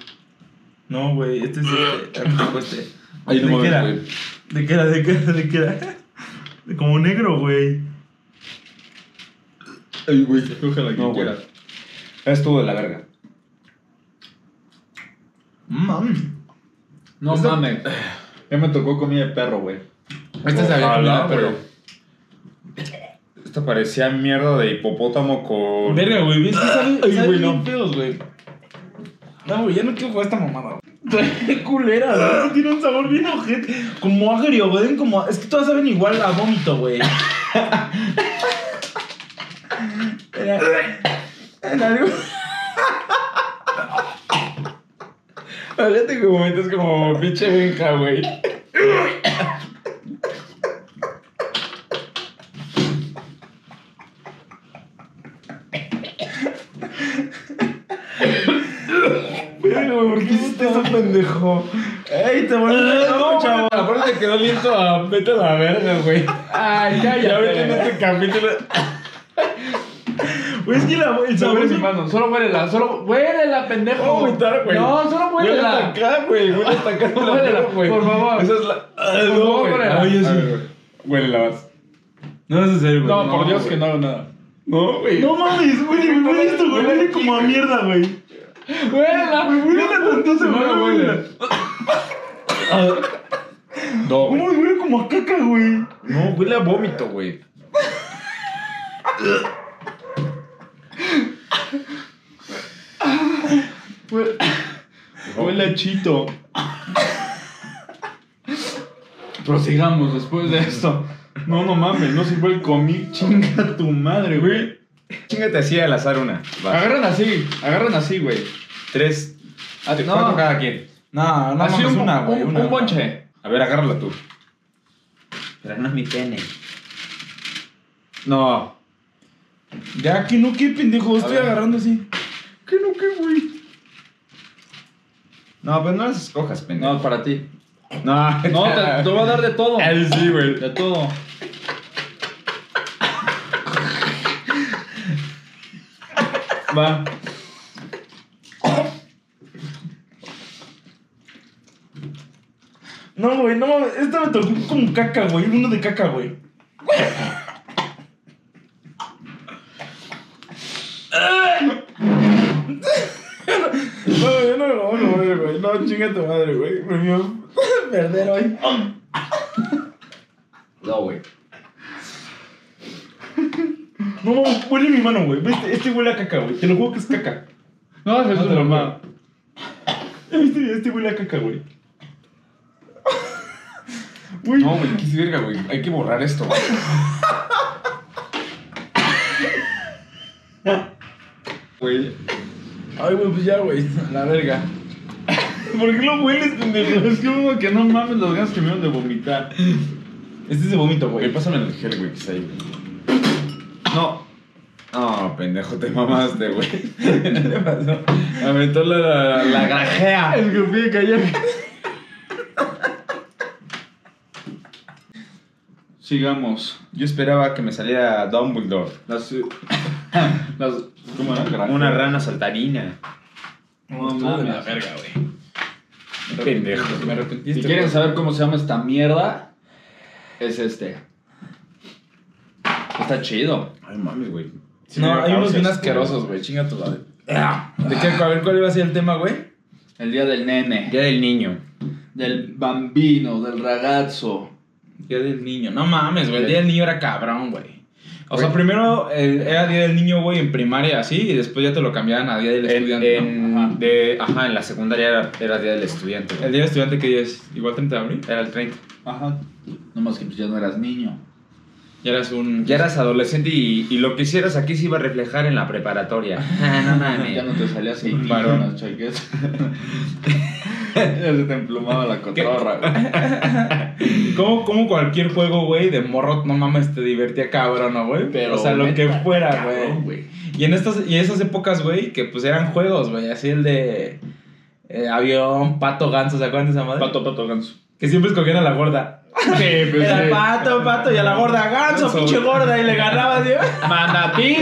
C: No, güey, este es este. tampoco este.
B: Ahí no
C: ¿De qué
B: mames,
C: era?
B: güey.
C: ¿De qué era? ¿De qué era? ¿De qué era? De como negro, güey.
B: Ay, güey.
C: Cógela
A: No, güey. Estuvo de la verga.
C: Mm, Mam.
B: No
A: ¿Este?
C: Esta-
B: mames. Ya me tocó comida de perro, güey.
C: Esta Este sabía
A: Ojalá,
C: culera, pero-
A: güey. Esta parecía mierda de hipopótamo con.
C: Verga, güey, ¿ves que sabe,
B: Ay,
C: sabe
B: güey,
C: bien
B: no.
C: feos, güey? No, güey, ya no quiero jugar esta mamada. Qué culera, güey. Ah, Tiene un sabor bien ojete. Como agrio, güey. Como... Es que todas saben igual a vómito, güey. Era- En algo...
A: Fíjate que momentos como pinche venja, güey.
C: Verga, güey, ¿por qué hiciste eso, pendejo? ¡Ey, te volviste loco, chavo!
A: Aparte quedó listo a vete a la verga, güey.
B: Ay,
C: Ya vete en este capítulo... Güey, es que la, el
B: No
C: sabor
B: huele
C: es
B: mi mano, solo huélela, solo huélela, pendejo.
C: Voy a vomitar, güey.
B: No, solo
C: Huele hasta
B: huélela.
C: acá, güey. Huele hasta acá. te lo
B: Huélela,
C: juro, güey.
B: por favor.
C: Esa es la. Ah,
B: Por
C: no,
B: favor,
C: güey.
B: huélela.
C: Ay, yo sí.
A: A ver, Pues güey.
C: Huele la vas. No, es en serio, güey.
B: No, por Dios
A: güey.
B: que no hago nada.
A: No, güey.
C: No mames, güey. Me huele esto, güey. Huele é como a mierda, güey.
B: Huélela,
C: Huele tantito,
B: no,
C: güey.
B: no huele.
C: Huele.
B: Ah.
A: No, güey.
C: Uy, huele é como a caca, güey.
A: No, huele a vómito, güey.
B: Hue- Huele a chito. Prosigamos después de esto. No, no mames, no sirvió el comic, chinga tu madre, güey.
A: Chingate así al azar una.
C: Ah.
A: Va.
B: Agarran así, agarran así, güey.
A: Tres,
B: Ah,
A: cuatro
B: no.
A: cada quien.
C: No, no
B: Así
C: mames,
B: un,
C: una, güey.
B: un-
C: una.
B: un bonche.
A: A ver, agárrala tú. Pero no es mi pene. No.
C: Ya, que no, qué pendejo. Estoy
B: ver.
C: agarrando assim. así.
B: ¿Qué no, qué, güey?
A: No, pues no las escojas, pendejo.
B: No, para ti.
A: No,
B: No, te, te voy a dar de todo.
A: Él sí, güey.
B: De todo.
A: Va.
C: No, güey, no mames. Esta me tocó como caca, güey. Uno de caca, güey. No, yo no me lo voy a comer, güey. No, chinga tu madre, güey. Me vio perder hoy.
A: No, güey.
C: No, mames, huele mi mano, güey. Ve, Este, este huele a caca, güey. Te lo juro que es caca.
B: No, es
C: No
B: tu
C: te lo
B: mamá.
C: Este, este huele a caca, güey. Güey,
A: No, güey, qué verga, güey. Hay que borrar esto, güey. Güey.
C: Ay, güey, pues ya, güey. A La verga. ¿Por qué lo hueles, pendejo?
B: Es que uno que no mames los ganas que me dieron de vomitar.
C: Este es de vómito,
A: Güey,
C: güey.
A: pásame el gel, güey, que está ahí. güey. No. No, pendejo, te mamaste, güey.
C: ¿Qué le pasó?
A: Aventó la, la, la grajea.
B: El que que ayer. Sigamos.
A: Yo esperaba que me saliera Dumbledore.
B: Las. eh, las ¿Cómo era? Gra-
A: Una rana saltarina.
B: No, mames.
C: de la verga, güey.
A: Pendejo.
C: Me arrepentí.
B: Si quieren saber cómo se llama esta mierda, es este. Está chido.
A: Ay, mami, güey. Sí me
C: No,
A: dio
C: hay unos
A: náuseas,
C: bien
A: güey.
C: asquerosos, güey. Chinga tu madre. Ah. ¿De qué? A ver, ¿cuál iba a ser el tema, güey?
B: El día del nene,
A: Día del niño.
B: del bambino, del ragazzo.
C: Día del niño. No mames, güey. El día del niño era cabrón, güey. O sea,
A: Güey.
C: primero el- era día del niño, güey, en primaria, así. Y después ya te lo cambiaban a día del
A: En,
C: estudiante. ¿no?
A: en-
B: Ajá.
A: de- ajá, en la secundaria era, era día del estudiante. güey.
C: ¿El día del estudiante qué día es? ¿Igual 30 de abril?
A: Era el 30.
B: Ajá. Nomás que pues ya no eras niño.
C: Ya eras un.
A: Ya eras adolescente y, y lo que hicieras aquí se iba a reflejar en la preparatoria. Ah, no
B: Ya no
A: mames.
B: te salías ahí en
C: Varón.
B: las chaquetas. ya se te emplumaba la cotorra. güey.
C: Como, como cualquier juego, güey, de morro, no mames, te divertía cabrón, ¿no, güey?
B: Pero
C: o sea, lo
B: neta,
C: que fuera,
B: cabrón,
C: güey. Y en estas y esas épocas, güey, que pues eran juegos, güey, así el de eh, avión, pato, ganso, ¿se acuerdan de esa madre?
B: Pato, pato, ganso.
C: Que siempre escogían a la gorda.
B: Sí, pues
C: Era
B: sí.
C: pato, pato, y a la gorda, ganso,
B: Ganso.
C: pinche gorda, y le ganaba, ¿sí?
B: Manatí.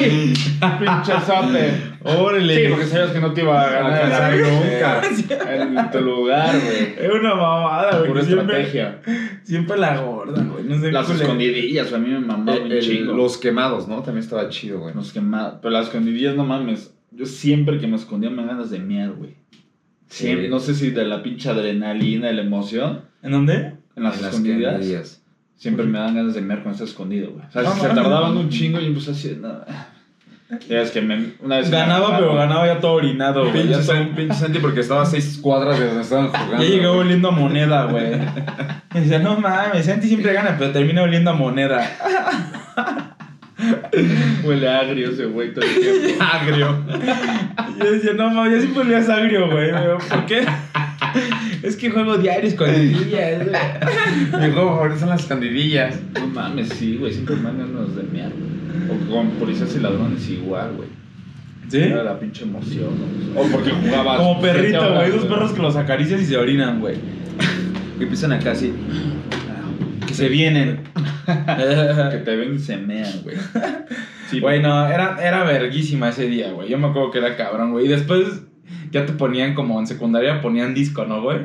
B: Pinche sote.
C: Órale.
B: Sí, porque sabías que no te iba a ganar
C: Ah,
B: el
C: claro.
B: nunca. Ah, En tu lugar, güey.
C: Es una mamada, güey.
B: Pura
C: que siempre-
B: estrategia.
C: Siempre la gorda, güey. No sé
B: Las
C: cuál es.
B: escondidillas, güey, a mí me mamaba un
A: Eh, El-
B: chingo.
A: los quemados, ¿no? También estaba chido, güey.
B: Nos quemaba. Pero las escondidillas, no mames. Yo siempre que me escondía me dan ganas de mear, güey. Siempre.
A: Sí.
B: No sé si de la pinche adrenalina, de la emoción.
C: ¿En dónde?
B: En las,
A: En
B: escondidas.
A: quemadas.
B: Siempre me dan ganas de mear cuando está escondido, güey. O sea,
C: No
B: si se
C: mames.
B: tardaban un chingo y pues así, nada. Ya es que me, una vez
C: Ganaba, pero ganaba ya todo orinado, güey.
A: Pinche,
C: Ya, todo-
A: San- pinche Santi porque estaba a seis cuadras de donde estaban jugando.
C: ya llegaba
A: güey.
C: oliendo a moneda, güey. Me decía, no mames, Santi siempre gana, pero termina oliendo a moneda.
B: Huele agrio ese güey todo el tiempo.
A: agrio.
C: Y yo decía, no mames, ya siempre olías agrio, güey. Pero, ¿Por qué? Es que juego diario escondidillas, güey.
A: Mi juego favorito son las escondidillas.
B: No mames, sí, güey. Siempre me dan ganas de mear, güey. O con policías y ladrones igual, güey.
C: ¿Sí?
B: Era la pinche emoción. ¿no? O porque jugabas.
C: Como
B: siete
C: perrito,
B: horas,
C: güey. Esos perros que los acaricias y se orinan, güey.
A: Y empiezan acá así.
C: Que se vienen.
B: Que te ven y se mean, güey. Sí,
C: Güey, no, era, era verguísima ese día, güey. Yo me acuerdo que era cabrón, güey. Y después ya te ponían como en secundaria, ponían disco, ¿no, güey?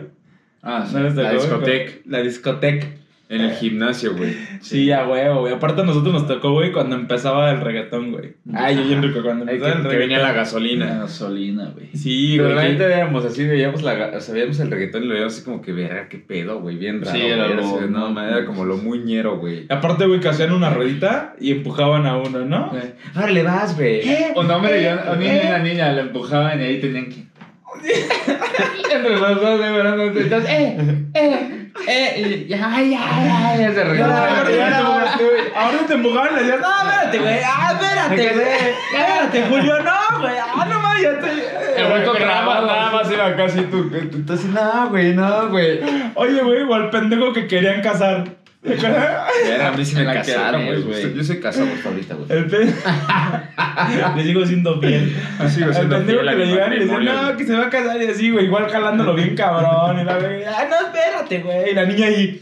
B: Ah, sí.
C: ¿No eres de
A: La
C: acuerdo?
A: discoteca.
C: La discoteca.
A: En el gimnasio, güey.
C: Sí, ya, güey, güey. Aparte a nosotros nos tocó, güey, cuando empezaba el reggaetón, güey. Ay, yo bien rico cuando
A: Ay,
C: empezaba el
A: que, que
C: reggaetón.
A: venía la
B: Una
A: gasolina.
B: gasolina, güey.
C: Sí,
A: Y
C: güey.
A: realmente veíamos así, veíamos, la, ga- o sea, veíamos el reggaetón y lo veíamos así como que, verga, qué pedo, güey, bien raro.
B: Sí, era
A: güey,
B: lo-
A: así de, no, ma, era como lo muñero, güey.
C: que- Aparte, güey, que hacían una ruedita y empujaban a uno, ¿no?
A: Ahora le vas, güey.
B: O no, hombre, yo, a mí
C: ¿Eh?
B: una niña la empujaban y ahí tenían que. Entre los dos, de verdad, entonces, eh, eh, eh, y ya, ya, ya, ya se
C: No, aparte,
B: regresaron.
C: ya, güey. Ahora te empujaban y le decían, no, espérate, güey, ah, espérate, güey, espérate, Julio, no, güey, ah, no, mames, ya te...
B: El güey con
A: Pero nada más-
B: grabado.
A: nada más iba acá así, tú, tú, tú así, no, güey, no, güey.
C: Oye, güey, o al pendejo que querían casar. ¿Te acuerdas?
A: Era, a mí sí me
B: En la que
A: casaron,
B: armes,
A: güey.
B: güey.
A: Yo soy casado hasta ahorita, güey.
C: El pe... le sigo siendo fiel.
A: Yo sigo
C: Al
A: siendo
C: pendejo
A: fiel a
C: que le
A: mi
C: llegan y le dicen,
A: matrimonio,
C: no,
A: güey.
C: que se va a casar y así, güey, igual jalándolo bien cabrón. Y la güey, ah, no, espérate, güey. Y la niña ahí.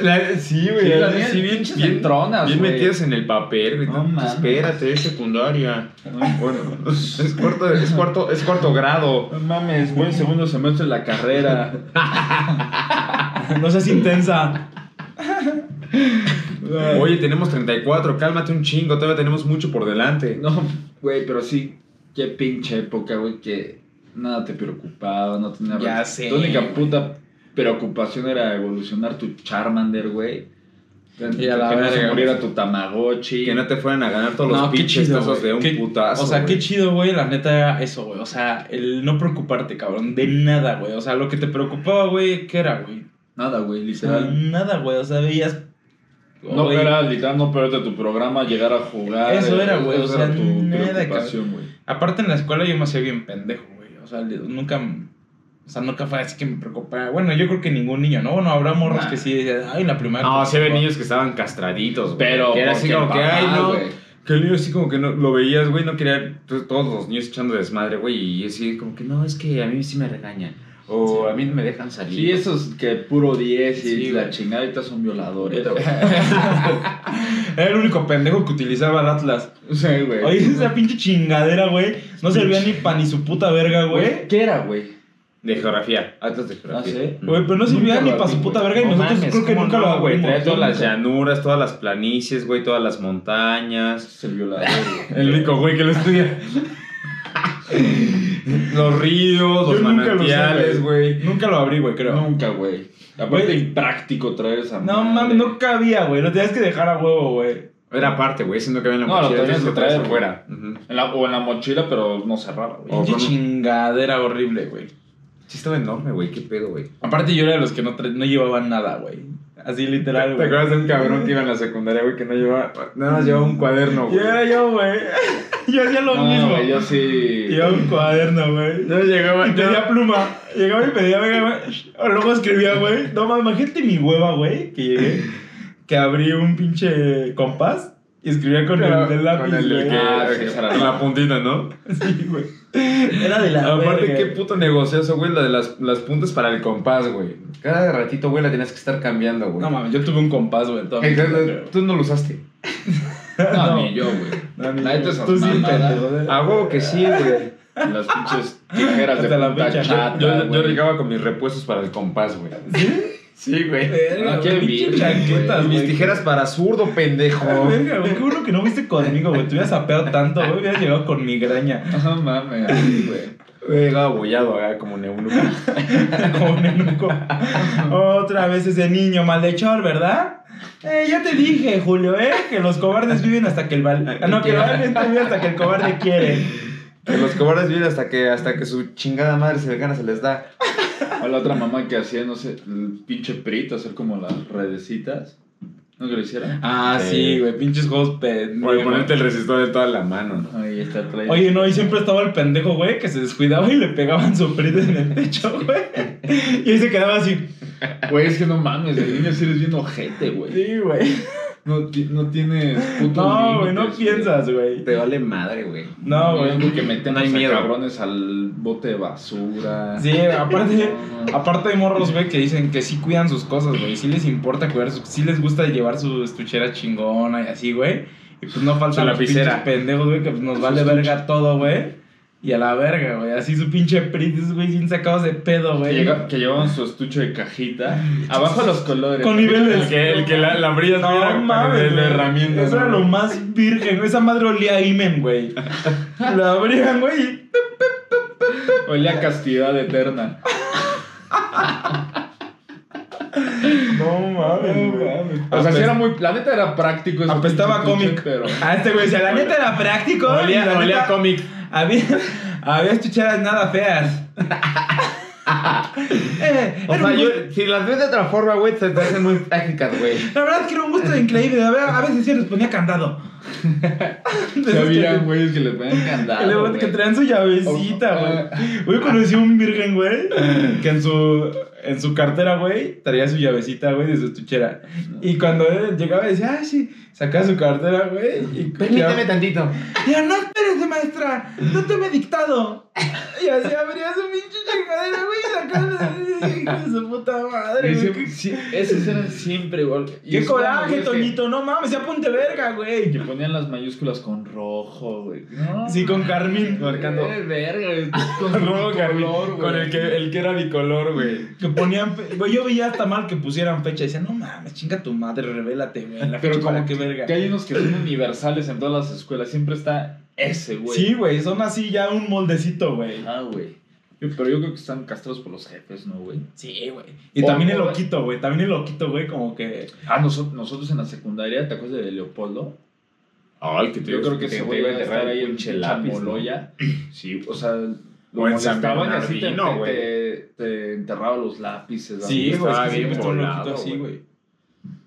A: La- sí, güey.
B: Sí,
A: así,
B: las niñas
A: sí, bien,
B: pinches
A: bien,
B: entronas,
A: bien
B: güey.
A: metidas en el papel, güey.
B: No
A: Tú,
B: mames.
A: espérate, es secundaria. Bueno, es cuarto, es cuarto, es cuarto grado.
B: No mames, voy en segundo semestre de la carrera.
C: No seas intensa.
A: Oye, tenemos 34, cálmate un chingo, todavía tenemos mucho por delante.
B: No, güey, pero sí, qué pinche época, güey, que nada te preocupaba, no tenía...
C: Ya sé,
B: Tu única
C: güey.
B: puta preocupación era evolucionar tu Charmander, güey.
C: Y a la
B: que no se
C: verga,
B: muriera tu Tamagotchi.
A: Que no te fueran a ganar todos los pinches tazos de
C: güey.
A: un
C: Qué-
A: putazo.
C: O sea,
A: güey.
C: qué chido, güey, la neta era eso, güey. O sea, el no preocuparte, cabrón, de nada, güey. O sea, lo que te preocupaba, güey, ¿qué era, güey?
B: Nada, güey,
C: O sea,
B: literal.
C: nada, güey. O sea, veías.
B: No,
C: Güey,
B: era literal no perderte tu programa, llegar a jugar.
C: Eso era, güey, o
B: esa
C: sea,
B: era tu
C: nada,
B: preocupación, güey.
C: Aparte en la escuela yo me hacía bien pendejo, güey. O sea, le- nunca. O sea, nunca fue así que me preocupaba. Bueno, yo creo que ningún niño, ¿no? Bueno, habrá morros
B: Nah.
C: que sí decían, ay, en la primaria.
A: No,
C: pues,
A: se ven
C: no".
A: niños que estaban castraditos, güey.
B: Pero,
A: que era así como que, ay, no.
B: güey.
A: Que el niño así como que no, lo veías, güey, no quería, to- todos los niños echando desmadre, güey, y así como que, no, es que a mí sí me regañan. O a mí no me dejan salir.
B: Sí, esos que puro 10 y
C: Sí,
B: la
C: güey.
B: chingadita son violadores, güey.
C: Era el único pendejo que utilizaba el Atlas.
B: Sí, güey.
C: Oye, esa pinche chingadera, güey. No servía ni pa' ni su puta verga, güey.
B: ¿Qué era, güey?
A: De geografía, atlas de geografía.
B: Ah, ¿sí?
C: Güey, pero
B: Nunca
C: no servía ni
B: lo
C: pa'
B: vi,
C: su puta
B: güey.
C: verga y
A: No
C: nosotros
A: mames,
C: creo que
A: ¿cómo
C: nunca
A: no,
C: lo
A: güey.
C: abrimos.
A: Traía todas las
B: nunca.
A: llanuras, todas las planicies, güey, todas las montañas.
B: Es el violador, güey.
A: El único güey que lo estudia. los ríos, los
C: Yo nunca lo sé,
A: manantiales, güey.
C: Nunca lo abrí, güey, creo.
B: Nunca, güey. Aparte,
C: Güey.
B: impráctico traer esa
C: No
B: madre.
C: mames, no cabía, güey. Lo tenías que dejar a huevo, güey.
A: Era aparte, güey, siendo que había en la
B: No, lo
A: mochila,
B: tenías
A: tienes
B: que
A: que traer
B: traer,
A: afuera. Ujú.
B: En la- o en la mochila, pero no cerrada, güey.
A: O
C: Pinche
A: con-
C: chingadera horrible, güey.
A: Sí, estaba enorme, güey, qué pedo, güey.
C: Aparte yo era de los que no, tra- no llevaban nada, güey. Así literal,
A: ¿Te
C: güey.
A: acuerdas de un cabrón que iba en la secundaria, güey, que no llevaba, nada más llevaba un cuaderno, güey?
C: Yo era yo, güey. Yo hacía lo
B: No,
C: mismo.
B: güey, yo sí.
C: Llevaba un cuaderno, güey.
A: Yo llegaba,
C: Y pedía pluma. Llegaba y pedía, venga, güey. Luego escribía, güey. No mames, imagínate mi hueva, güey. Que llegué, que abrí un pinche compás. Y escribía con
D: Pero-
C: el del lápiz.
D: con el del
C: güey.
D: que-
A: Ah, sí,
D: que-
A: para
D: con
A: la-
D: la puntita, ¿no?
C: Sí, güey.
D: Era de
C: la
D: Aparte,
C: verga.
D: qué puto negociazo, güey, la de las, las puntas para el compás, güey. Cada ratito, güey, la tenías que estar cambiando, güey.
C: No mames, yo tuve un compás, güey. toda mi
D: Eh,
C: vida,
D: claro,
C: creo.
D: Tú no lo usaste.
B: No,
C: No.
B: ni yo, güey.
C: No, ni
B: La
C: yo.
B: neta es
C: Tú sí,
B: mamada.
C: pendejo, de-
A: A huevo que sí, güey.
B: Las pinches tijeras de
C: Hasta la
B: punta
C: fecha.
B: chata,
D: Yo, yo
B: güey.
D: Ah, llegaba con mis repuestos para el compás, güey. Sí, güey.
C: Verga,
B: Ah,
C: güey,
B: qué
C: pinche
B: virgen,
C: chaquetas,
B: güey.
D: Y
C: Eh, güey.
D: mis tijeras para zurdo, pendejo.
C: Ah, Verga, güey, qué bueno que no fuiste conmigo, güey. Te hubieras apeado tanto, güey. Hubieras llegado con migraña.
B: No mames, güey.
D: Güey, llegaba abollado acá como neunuco.
C: Como nenuco. Otra vez ese niño malhechor, ¿verdad? Eh, ya te dije, Julio, ¿eh? Que los cobardes viven hasta que el val... ah, No, que el valiente vive hasta que el cobarde quiere.
D: Que los cobardes vienen hasta que, hasta que su chingada madre se le gana, se les da.
B: O la otra mamá que hacía, no sé, el pinche prito, hacer como las redecitas. ¿No que lo hicieron?
C: Ah, sí, güey. Pinches juegos
D: Por
C: pendejos.
D: ponerte el resistor en toda la mano, ¿no?
B: Ahí está traído.
C: Oye, no, y siempre estaba el pendejo, güey, que se descuidaba y le pegaban su prito en el techo, güey. Y ahí se quedaba así.
B: Güey, es que no mames, el niño sí eres bien ojete, güey.
C: Sí, güey.
B: No, ti- no tienes puto
C: No, güey, no piensas, güey.
D: Te vale madre, güey.
C: No, güey.
B: que meten
D: No hay
B: a
D: miedo.
B: cabrones al bote de basura.
C: Sí, aparte,
B: No, no.
C: aparte hay morros, güey, que dicen que sí cuidan sus cosas, güey. Sí les importa cuidar sus... Sí les gusta llevar su estuchera chingona y así, güey. Y pues no
D: Su
C: falta la
D: lapicera.
C: pendejos, güey, que pues, nos
B: Su
C: vale
B: estuche.
C: verga todo, güey. Y a la verga, güey. Así su pinche pritis, güey, bien sacados de pedo,
B: Que,
C: güey.
B: llega- que llevaban su estuche de cajita. Abajo los colores.
C: Con niveles.
D: El que, el que la, la brillas
C: No
D: mira,
C: mames,
D: de- de
C: güey.
D: herramientas.
C: Eso era
D: ¿no?
C: lo más virgen, güey. Esa madre olía a imen, güey. La abrían, güey. y-
B: Olía a castidad eterna.
C: No mames, güey.
B: O sea, sí era muy. La neta era práctico. ese
C: Apestaba
B: pinche estuche,
C: cómic.
B: Pero.
C: Ah, este güey decía, la neta era práctico. y la
D: Olía, olía
C: neta-
D: a cómic.
C: Había, había estucheras nada feas. Eh,
D: O
C: era
D: sea,
C: un
D: yo,
C: gusto-
D: si las ves de otra forma, güey, se te hacen muy prácticas, güey.
C: La verdad es que era un gusto increíble. A, ver, a veces sí les ponía candado.
B: Se habían
C: güey.
B: güeyes que le ponían
C: Que,
B: candado.
C: luego-
B: güey.
C: que traían su
D: Oh,
C: llavecita, güey.
B: Ah,
C: Güey, conocí a un virgen, güey, que en su, en su cartera, güey, traía su llavecita, güey, de su estuchera. Y cuando él llegaba, decía, ah, sí, sacaba su cartera, güey. y-
D: Permíteme tantito.
C: Ya, no espérese, maestra. No tome dictado. Y así abría su pinche chingadera, güey. Y sacaba de su puta madre,
B: Y
C: güey.
B: siempre- sí, esos eran siempre igual. Y
C: Qué
B: esos eran
C: coraje,
B: los güeyes que-
C: Toñito. No mames, ya ponte verga,
B: Que
C: güey.
B: ponían las mayúsculas con rojo, güey. No,
C: Sí, con Carmín.
D: Marcando.
B: Eh, verga, güey, con su
D: Robo
B: color,
D: Carmín,
B: güey.
D: Con el que, el que era bicolor, güey.
C: Que ponían. fe- Güey, yo veía hasta mal que pusieran fecha. Decía, no mames, chinga tu madre, revélate, güey. La
B: Pero
C: fecha,
B: como
C: como que verga.
B: Que hay unos que son universales en todas las escuelas. Siempre está ese, güey.
C: Sí, güey, son así ya un moldecito, güey.
B: Ah, güey. Yo- Pero yo creo que están castrados por los jefes, ¿no, güey?
C: Sí, güey. Y
B: O-
C: también el
B: o-
C: loquito, güey. También el loquito, güey, como que.
B: Ah, noso- nosotros en la secundaria, ¿te acuerdas de Leopoldo?
D: Ay, que
B: Yo creo que ese güey iba a estar ahí en Chamoloya. Sí, o sea, lo
D: O en San
B: molestaban y así te,
D: Bernardino,
B: te, te- te enterraba los lápices. las
C: Sí, güey, es
D: estaba
C: que siempre
D: bien
C: está un loquito
D: volado,
C: así,
D: güey.
C: güey.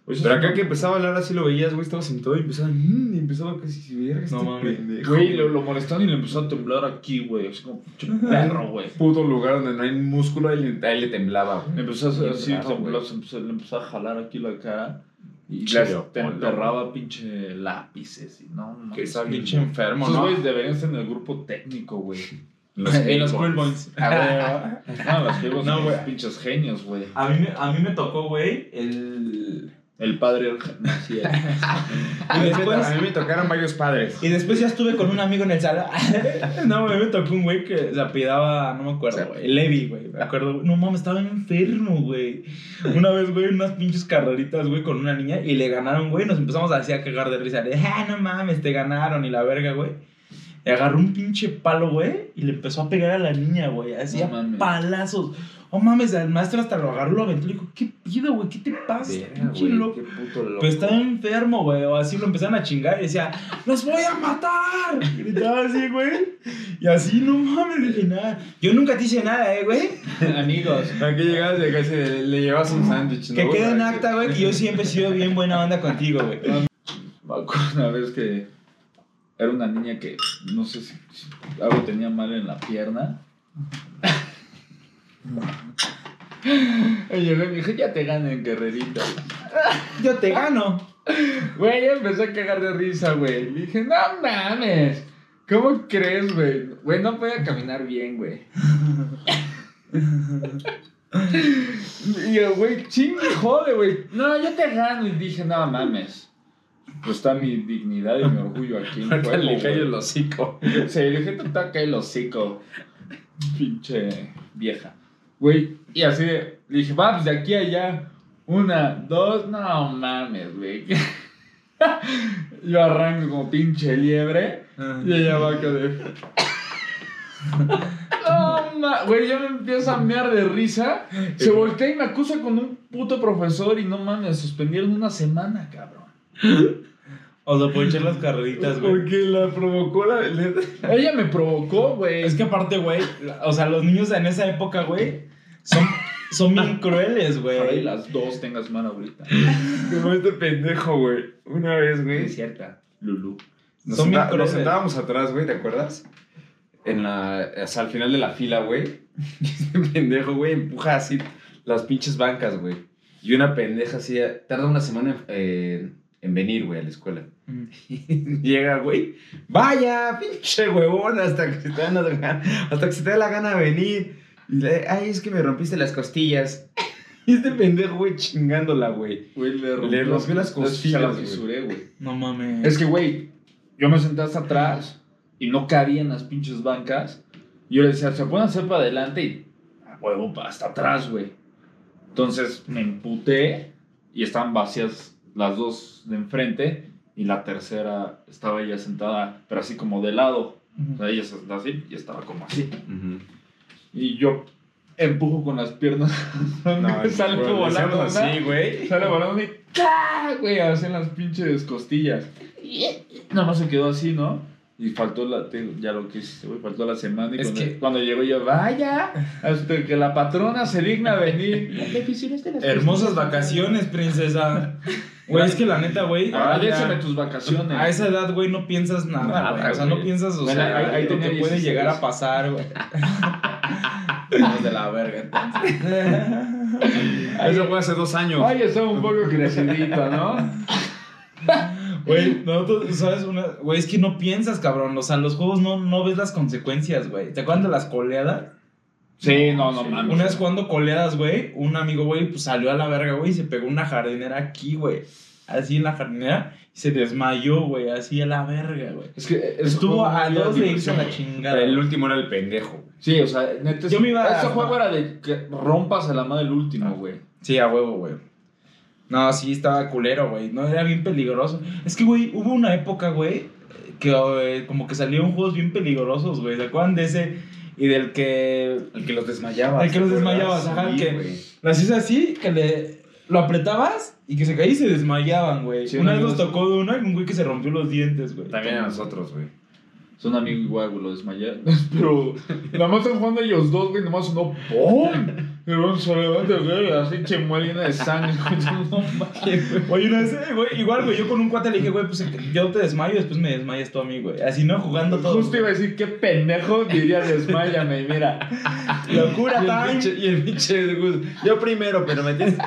B: Oye,
D: Pero
B: eso
D: acá
B: es-
D: Pues, que empezaba a hablar así lo veías, güey, estaba sentado y empezaba, mmm, y empezaba casi si verga este
C: No mames.
D: pendejo.
B: Güey, lo, lo molestaron y le empezó a temblar aquí, güey. Así como, pinche perro, güey.
D: puto lugar donde no hay músculo, ahí le, ahí le temblaba,
B: Le
D: güey.
B: empezó a hacer
D: Bien
B: así,
D: raro,
B: temblar,
D: güey.
B: se empezó- le empezó a jalar aquí la cara. Y
D: Che,
B: le te
D: hola,
B: enterraba pinche lápices. Y no, no.
D: Que
B: Esos
D: sabe.
C: Pinche enfermo, ¿no?
B: güeyes deberían estar en el grupo técnico, güey.
C: En los Cool Boys.
B: Ah, No, los juegos
C: No,
B: no,
C: güey.
B: güey. Pinches genios, güey.
C: A mí, me- a mí me tocó, güey, el...
B: El padre del gen- no, sí, eh.
D: A
C: Y
D: mí me to-
C: después,
D: a mí me tocaron varios padres.
C: y después ya estuve con un amigo en el salón. no, güey, me tocó un güey que se apidaba, no me acuerdo, güey. Levi, güey, me acuerdo. No mames, estaba enfermo, güey. Una vez, güey, unas pinches carreritas, güey, con una niña y le ganaron, güey. Nos empezamos así a cagar de risa. De, ah, no mames, te ganaron y la verga, güey. Y agarró un pinche palo, güey, y le empezó a pegar a la niña, güey. Así
B: No
C: a
B: mames.
C: palazos. Oh mames, al maestro hasta lo agarró, lo aventó y le dijo, ¿qué pido, güey? ¿Qué te pasa?
D: Verga,
C: pinche
D: güey,
C: loco.
D: qué puto loco.
C: Pues estaba enfermo, güey. O así lo empezaron a chingar y decía, ¡los voy a matar! Gritaba así, güey. Y así, no mames, dije nada. Yo nunca te hice nada, eh, güey.
B: Amigos.
D: Aquí llegabas y casi le, le llevabas un sándwich, ¿no?
C: Que
D: güey?
C: quede en acta, güey, que yo siempre he sido bien buena onda contigo, güey.
B: Me acuerdo una vez que era una niña que no sé si, si algo tenía mal en la pierna. Y llegué y me dije, ya te gané en guerrerita.
C: Yo te gano.
B: Güey, ya empecé a cagar de risa, güey. Dije, no mames. ¿Cómo crees, güey? Güey, no podía caminar bien, güey. Y yo, güey, ching, jode, güey. No, yo te gano. Y dije, no mames. Pues está mi dignidad y mi orgullo aquí en
A: Ahorita
B: juego,
A: le callo
B: güey.
A: el hocico.
B: Sí, dije, te taca el hocico. Pinche vieja. Güey, y así de, le dije, va, pues de aquí a allá. Una, dos, no mames, güey. Yo arranco como pinche liebre. Y ella va acá de. No ma- Güey, yo me empiezo a mear de risa. Se voltea y me acusa con un puto profesor. Y no mames, suspendieron una semana, cabrón.
C: O sea, puedo echar las carreritas, güey.
D: Porque la provocó la...
B: Ella me provocó, güey.
C: Es que aparte, güey, la- o sea, los niños en esa época, güey, son, son bien crueles,
B: Ojalá y
C: güey.
B: las dos tengas mano ahorita.
D: Como este pendejo, güey. Una vez, güey.
B: Es cierta, Lulu.
D: Nos,
C: Son bien
D: senta- nos
C: crueles.
D: sentábamos atrás, güey, ¿te acuerdas? En la, o sea, al final de la fila, güey. Y este pendejo, güey, empuja así las pinches bancas, güey. Y una pendeja así, tarda una semana en, eh, en venir, güey, a la escuela.
C: Mm.
D: Llega, güey. Vaya, pinche huevón, hasta que, se te dan las gan- hasta que se te dé la gana venir. Y le, ay, es que me rompiste las costillas. Y este pendejo, güey, chingándola, güey.
B: Güey, le rompió,
D: Le rompió las costillas,
B: Se la
D: güey.
B: fisuré, güey.
C: No mames.
B: Es que, güey, yo me senté hasta atrás y no cabía en las pinches bancas. Y yo le decía, se pueden hacer para adelante y a huevo pa- hasta atrás, güey. Entonces me emputé y estaban vacías las dos de enfrente y la tercera estaba ella sentada, pero así como de lado. O sea, ella se sentaba así y estaba como así. Y yo empujo con las piernas. salgo
D: güey, le hicieron
B: volando. ¿no?
D: así, güey.
B: Sale balón y ¡ca! Güey, hacen las pinches costillas. Nada más se quedó así, ¿no? Y faltó la, te digo, ya lo que hiciste, güey, faltó la semana. Y
C: Es
B: cuando,
C: que-
B: cuando llegó yo, vaya, hasta que la patrona se digna venir. Le fisuraste las
C: Hermosas
B: costillas.
C: vacaciones, princesa. Güey, es que la neta, güey.
B: Agradeceme
C: a-
B: tus Ah, vacaciones.
C: A esa edad, güey, no piensas nada,
D: Nada,
C: güey. O sea,
D: güey.
C: no piensas, o
B: Bueno,
C: sea,
B: ahí- ahí
C: lo
B: tenía
C: que puede
B: 16.
C: llegar a pasar, güey. Hijos de la verga, entonces.
A: Eso fue hace dos años.
B: Ay, estaba un poco crecidita, ¿no?
C: Güey, nosotros, ¿sabes? Una, güey, es que no piensas, cabrón. O sea, en los juegos no, no ves las consecuencias, güey. ¿Te acuerdas de las coleadas?
B: Sí, no, no
A: Sí.
B: mames.
C: Una vez jugando coleadas, güey, un amigo, güey, pues salió a la verga, güey, y se pegó una jardinera aquí, güey. Así en la jardinera, y se desmayó, güey, así a la verga, güey.
B: Es que eh,
C: Estuvo a dos de irse
B: irse
C: a la chingada.
A: El último era el pendejo.
B: Sí, o sea, neta.
C: Yo me iba a-
B: Ese juego era de que rompas a la madre el último, güey.
C: Sí, a huevo, güey. No, sí, estaba culero, güey. No, era bien peligroso. Es que, güey, hubo una época, güey, que eh, como que salieron juegos bien peligrosos, güey. ¿Se acuerdan de ese? Y del que
D: El que los desmayaba.
C: El que los
D: ¿te acuerdas?
C: desmayabas, ajá,
D: Sí,
C: que-
D: güey.
C: Lo hacías así, que le lo apretabas y que se caía y se desmayaban, güey.
B: Sí,
C: una
B: una
C: vez nos
B: vez-
C: tocó de uno y un güey que se rompió los dientes, güey.
A: También a nosotros, güey.
B: Es un amigo igual, güey, lo desmayé. Pero nada más están jugando ellos dos, güey, nada más sonó ¡pum! Y luego se levanta, güey, así que llena de sangre. güey, No mames, güey.
C: Güey, una vez, eh, güey, igual, güey, yo con un cuate le dije, güey, pues yo te desmayo y después me desmayas tú a mí, güey. Así, ¿no? Jugando todo.
B: Justo iba a decir, qué pendejo, diría desmayame, mira.
C: Locura,
D: Y el
C: time.
D: pinche- Y el pinche Gus, Yo primero, pero me tienes.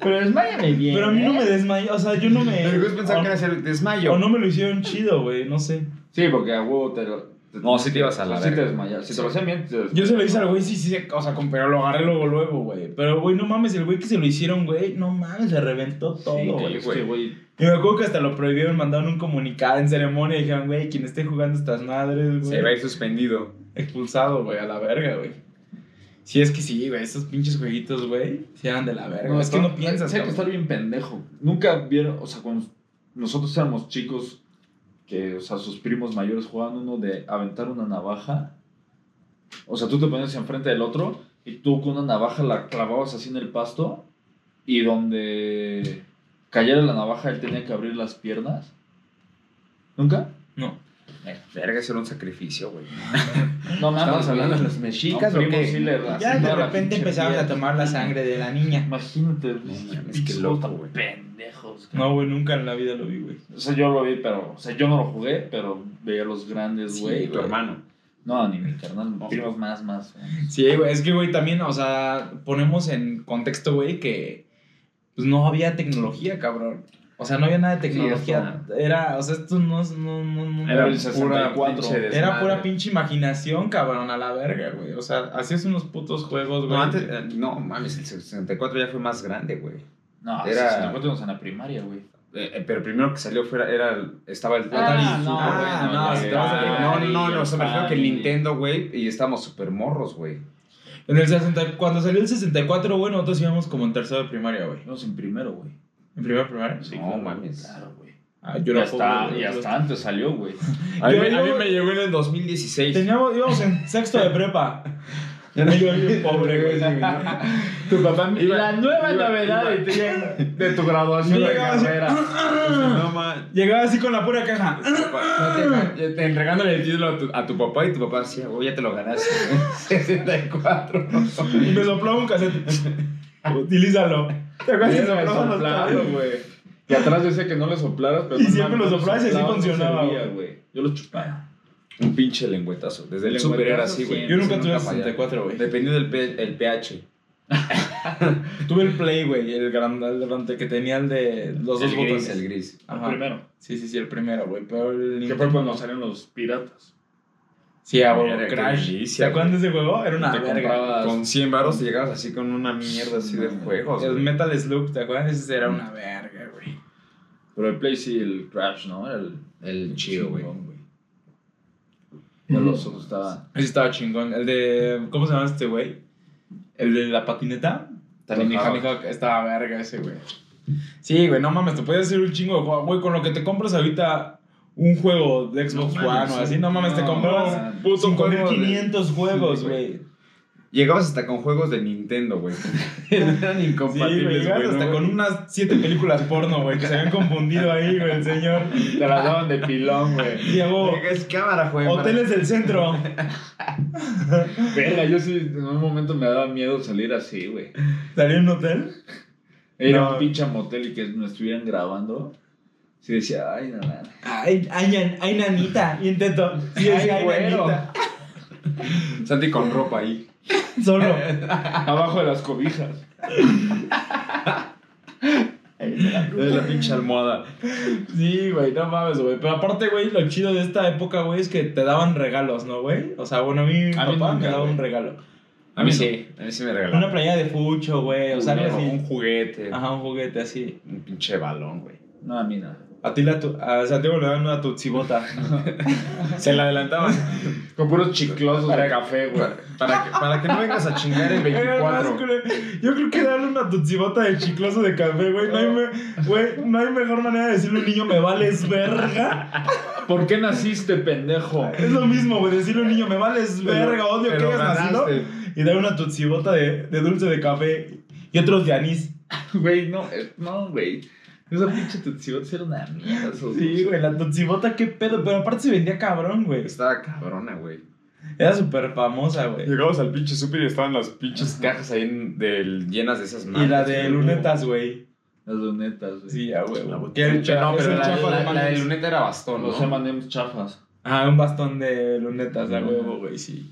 B: Pero desmayame bien.
C: Pero a mí no me desmayó, o sea, yo no me...
D: El Gus pensaba
C: o-
D: que era el desmayo.
C: O no me lo hicieron chido, güey, no sé.
B: Sí, porque a huevo te lo.
A: No, sí te ibas a la
B: Sí te
A: verga.
B: desmayas. Si te lo hacían bien, te desmayas.
C: Yo se lo hice al güey, sí, sí, sí, o sea, con, pero lo agarré luego, luego, güey. Pero, güey, no mames, el güey que se lo hicieron, güey, no mames, se reventó todo,
A: Sí,
C: güey.
B: Es que, este güey.
C: Y me acuerdo que hasta lo prohibieron, mandaron un comunicado en ceremonia y dijeron, güey, quien esté jugando estas madres, güey.
A: Se va a ir suspendido.
C: Expulsado, güey, a la verga, güey. Si es que sí, güey, esos pinches jueguitos, güey, se eran de la verga. es que no piensas,
B: Hay que
C: cabrón.
B: estar bien pendejo. Nunca vieron, o sea, cuando nosotros éramos chicos, que, o sea, sus primos mayores jugaban uno de aventar una navaja. O sea, tú te ponías enfrente del otro y tú con una navaja la clavabas así en el pasto y donde cayera la navaja él tenía que abrir las piernas. ¿Nunca?
C: No.
A: Eh, Verga, eso era un sacrificio, güey.
B: No
D: Estamos
B: güey.
D: hablando de los mexicas,
B: A un
D: ¿o
B: primo
D: qué?
B: sí le
C: Ya
B: raspaba
C: de
B: la
C: repente
B: pinche
C: empezaron a
B: pierna.
C: tomar la sangre de la niña.
B: Imagínate,
A: mames,
B: pinches
A: qué loco,
B: tan
A: güey.
B: Pendejos. cabrón.
C: No, güey, nunca en la vida lo vi, güey.
B: O sea, yo lo vi, pero. O sea, yo no lo jugué, pero veía a los grandes, güey.
A: tu hermano.
B: No, ni mi carnal. Primos más, más. eh. güey.
C: Sí, güey, es que, güey, también, o sea, ponemos en contexto, güey, que pues no había tecnología, cabrón. O sea, no había nada de
E: Sí, esto
C: tecnología. era, o sea, esto no, no, no, no-
A: Era
B: Era el
A: pura
B: 64.
A: pinche desmadre.
C: era pura pinche imaginación, cabrón, a la verga, güey. O sea, hacías unos putos juegos, güey.
A: No, antes, eh, no mames, el 64 ya fue más grande, güey.
B: No,
A: Era-
B: era... en la primaria, güey.
A: Eh, eh, pero primero que salió fuera era el- estaba el
B: Ah,
A: Atari.
B: no,
A: Ah,
B: güey,
A: no,
B: no,
A: si te
B: el
A: vas a-
B: Atari,
A: no, no, no,
B: el
A: o sea, me refiero que el
B: Atari.
A: Nintendo, güey, y estábamos super morros, güey.
C: En el 60, cuando salió el 64, güey, nosotros íbamos como en tercero de primaria, güey.
B: Íbamos en primero, güey.
C: En primera primaria.
B: Sí,
A: No,
B: claro,
A: mames.
B: güey, Claro, güey.
C: Ah,
B: Y
C: yo no
B: hasta,
C: puedo-
B: y hasta antes salió, güey.
A: A mí,
C: Yo
A: me- a
C: digo-
A: mí me llegó en el 2016.
C: Teníamos, íbamos en sexto de prepa. Yo bien pobre, güey.
B: Tu papá
A: Iba-
B: La nueva
A: iba-
B: novedad de, tu- de tu graduación de
C: Llegaba así.
B: carrera.
A: No, ma-
C: Llegaba así con la pura caja.
A: No te- te- entregándole el título a tu, a tu papá y tu papá decía, güey, ya te lo ganaste. güey". 64.
C: Y me soplaba un cassette. Utilízalo. ¿Te acuerdas que
B: Verga,
C: soplaban los
B: soplaba,
C: cables?
B: güey. Y atrás decía que no le soplaras, pero
C: Y
B: no
C: siempre
B: mames,
C: lo soplabas y así
B: soplaba, no
C: funcionaba,
B: servía,
C: güey.
B: güey. Yo lo chupaba.
A: Un pinche lengüetazo. Desde el
B: Lengüetazo,
A: super era así, güey.
B: sí.
C: Yo nunca tuve el
A: fallaba.
C: 64, güey.
A: Dependiendo del P- el pH.
C: Tuve el Play, güey. El grande, el grande que tenía el de los dos
A: el gris,
C: botones.
A: el gris.
C: Ajá.
B: Primero.
C: Sí, sí, sí, el primero, güey. Pero el
B: Que
C: Nintendo-
B: fue cuando salieron los piratas.
C: Sí, a huevo,
A: Mira, qué
C: Crash.
A: delicia,
C: ¿Te acuerdas de ese juego? Era una
B: Te
C: Ah, verga.
B: comprabas-
A: Con 100 varos te llegabas así con una mierda así de juegos.
C: El
A: güey.
C: Metal Slug, ¿te acuerdas? Ese era una verga, güey.
B: Pero el Play sí, el Crash, ¿no? Era el
A: El chido, güey.
B: chingón, Ya los otros estaban.
C: Ese estaba chingón. El de. ¿Cómo se llama este güey? El de la patineta. Tony
A: Hawk.
C: Hawk estaba verga ese, güey. Sí, güey, no mames, te puedes hacer un chingo de juego. Güey, con lo que te compras ahorita un juego de Xbox
B: No
C: One
B: mames,
C: o así, no mames, te
B: no,
C: compras
B: man.
A: Puto juego de-
C: 5500 juegos,
A: Sí,
C: güey.
A: Llegabas hasta con juegos de Nintendo, güey. Eran
C: Sí, güey,
A: incompatibles,
C: llegabas
A: güey.
C: hasta
A: ¿no,
C: con
A: güey?
C: unas 7 películas porno, güey, que se habían confundido ahí, güey, el señor.
B: Te la daban de pilón, güey.
C: Diego,
A: Oiga, Es cámara, güey.
C: hoteles del centro.
B: Venga, yo sí, en un momento me daba miedo salir así, güey.
C: ¿Salí en un hotel?
B: Era
C: No.
B: un pinche motel y que nos estuvieran grabando. Sí decía, ay, no, no.
C: Ay, ay, nan- ay, nanita. Y intento. Sí,
B: Ay,
C: sí, ay,
B: güero.
C: nanita.
A: Santi con ropa ahí.
C: Solo.
B: Abajo de las cobijas.
A: Es la pinche almohada.
C: Sí, güey, no mames, güey. Pero aparte, güey, lo chido de esta época, güey, es que te daban regalos, ¿no, güey? O sea, bueno, a mí mi
B: A mí
C: papá me
B: nunca,
C: daba
B: güey.
C: un regalo.
A: A mí sí. A mí sí me regalaron.
C: Una playa de fucho, güey, o sea, algo
A: un
C: así.
A: juguete.
C: Ajá, un juguete así.
A: Un pinche balón, güey.
B: No, a mí no.
C: A ti la tu... A Santiago le dan una tutsibota.
A: Se la adelantaban.
B: Con puros chiclosos de café, güey.
A: para, para que, para que no vengas a chingar el
C: Era más
A: 24.
C: culero. Yo creo que darle una tutsibota de chicloso de café, güey. No, hay me- güey, no hay mejor manera de decirle a un niño, me vales verga.
B: ¿Por qué naciste, pendejo?
C: Es lo mismo, güey, decirle a un niño, me vales verga, odio que
A: Pero
C: hayas nacido.
A: ganaste.
C: Y darle una tutsibota de, de dulce de café y otros de anís.
B: Güey, no, eh, no, güey. Esa pinche tutsibot era una mierda. esos
C: Sí,
B: dulces.
C: güey, la Totsibota, qué pedo. Pero aparte se vendía cabrón, güey.
A: Estaba cabrona, güey.
C: Era súper famosa, güey.
A: Llegamos al pinche súper y estaban las pinches cajas ahí en- del- llenas de esas
C: Y
A: madres.
C: la de
A: güey.
C: lunetas, güey.
B: Las lunetas, güey.
C: Sí, ya, güey.
A: La botella.
C: Que el cha-
A: No,
C: es
A: pero
C: el
A: la,
C: chafa
A: la-
C: de
A: la de
C: Magnus.
A: luneta era bastón,
B: Los
A: ¿no?
B: M&M's chafas.
C: Ah, un bastón de lunetas, a huevo, güey, sí.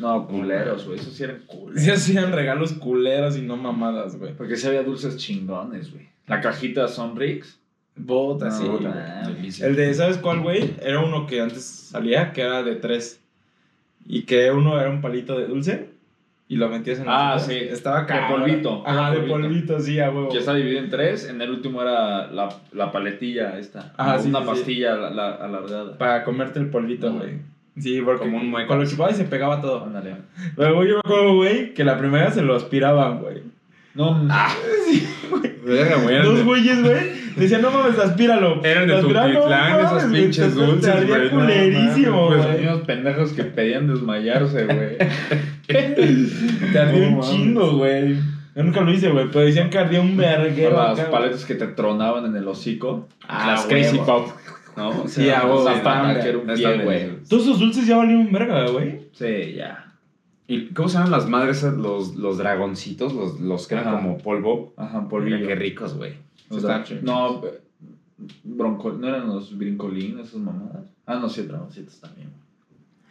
B: No, culeros, güey. Esos sí eran culeros.
C: Sí hacían regalos culeros y no mamadas, güey.
B: Porque sí había dulces chingones, güey. La cajita Sonrix.
C: Botas, sí.
B: No,
C: güey.
B: mames.
A: Delicia.
C: El de, ¿sabes cuál, güey? Era uno que antes salía, que era de tres. Y que uno era un palito de dulce y lo metías en la
B: Ah,
C: azúcar.
B: sí.
C: Estaba
B: De
C: cabrón.
B: polvito.
A: Ah,
C: Ajá, de
B: Polvito.
C: polvito, sí, a huevo.
B: Que está dividido en tres. En el último era la, la paletilla esta.
C: Ajá,
B: O
C: sí,
B: Una
C: sí, sí.
B: pastilla ala- ala- alargada.
C: Para comerte el polvito,
B: Ajá.
C: güey. Sí, porque
A: Como un mueca.
C: con lo chupaba y se pegaba todo.
B: Ándale.
C: Luego yo me acuerdo, güey, que la primera se lo aspiraban, güey.
B: No,
A: Verga, güey. eran
C: Dos
A: de-
C: güeyes, güey, decían, no mames, aspíralo.
A: Eran de
C: Lo aspiraban,
A: Tultitlán, esos
C: mames, güey,
A: pinches
C: te- te
A: dulces,
C: ardía
A: güey, no
C: culerísimo,
A: mames,
B: pues
C: güey.
B: unos pendejos que pedían desmayarse, güey.
C: Te ardía
B: No
C: un
B: mames.
C: chingo, güey. Yo nunca lo hice, güey, pero decían que ardía un
B: O
C: verguero.
B: las
C: acá, güey.
B: paletas que te tronaban en el hocico.
A: Ah,
B: las
A: huevo.
B: Crazy Pop. ¿No?
C: Sí, a huevo,
B: Zapata,
C: estaban-
B: que era un
A: no
B: pie,
A: estaban
B: güey.
A: en-
C: Todos esos dulces ya valían un verga, güey.
B: Sí, ya.
A: ¿Y cómo se llaman las madres esas, los, los dragoncitos? Los, los que eran
B: Ajá.
A: como polvo.
B: Ajá,
A: Mira,
B: polvillo.
A: qué ricos, güey.
B: O sea,
C: Están chidos.
B: no, bronco, no eran los brincolín, esas mamadas. Ah, no, sí, dragoncitos también.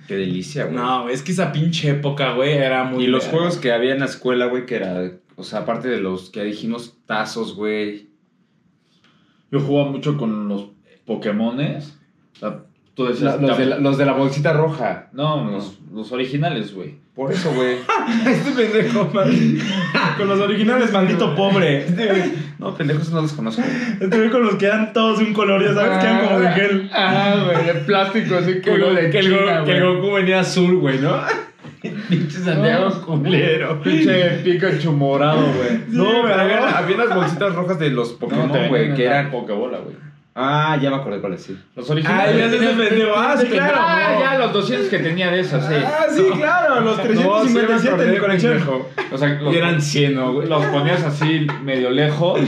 A: Qué delicia, güey.
C: No, güey, es que esa pinche época, güey, era muy...
A: Y los
C: verga.
A: juegos que había en la escuela, güey, que era, o sea, aparte de los que dijimos, tazos, güey.
B: Yo jugaba mucho con los Pokémones. O sea, tú decías,
A: Los de, la, los de la bolsita roja.
B: No, Los, los originales, güey.
A: Por eso, güey.
C: Este pendejo, Con los originales, maldito pobre. Este güey-
A: No, pendejos no los conozco.
C: este güey con los que dan todos de un color, ya sabes, quedan como de gel.
B: Ah, güey, de plástico, así que lo de China, güey.
A: Goku venía azul, güey, ¿no?
C: Ah,
D: Pinche Santiago culero.
B: Ah. Pinche Pikachu morado, güey.
A: No,
C: Sí,
A: pero
C: cabrón.
A: había, había las bolsitas rojas de los Pokémon,
B: te
A: güey,
B: venden
A: que
B: la
A: eran...
B: Pokébola, güey.
A: Ah, ya me acordé cuál es, sí.
B: Los
C: Ah, ya
B: originales.
C: se ese pendejo. Ah, sí, claro.
B: Ah, ya, los 200 que tenía de esas, sí.
C: Ah, sí, claro, los 357 de mi colección.
A: pendejo.
B: O sea, los,
A: Y eran 100, ¿no, güey?
B: los ponías así medio lejos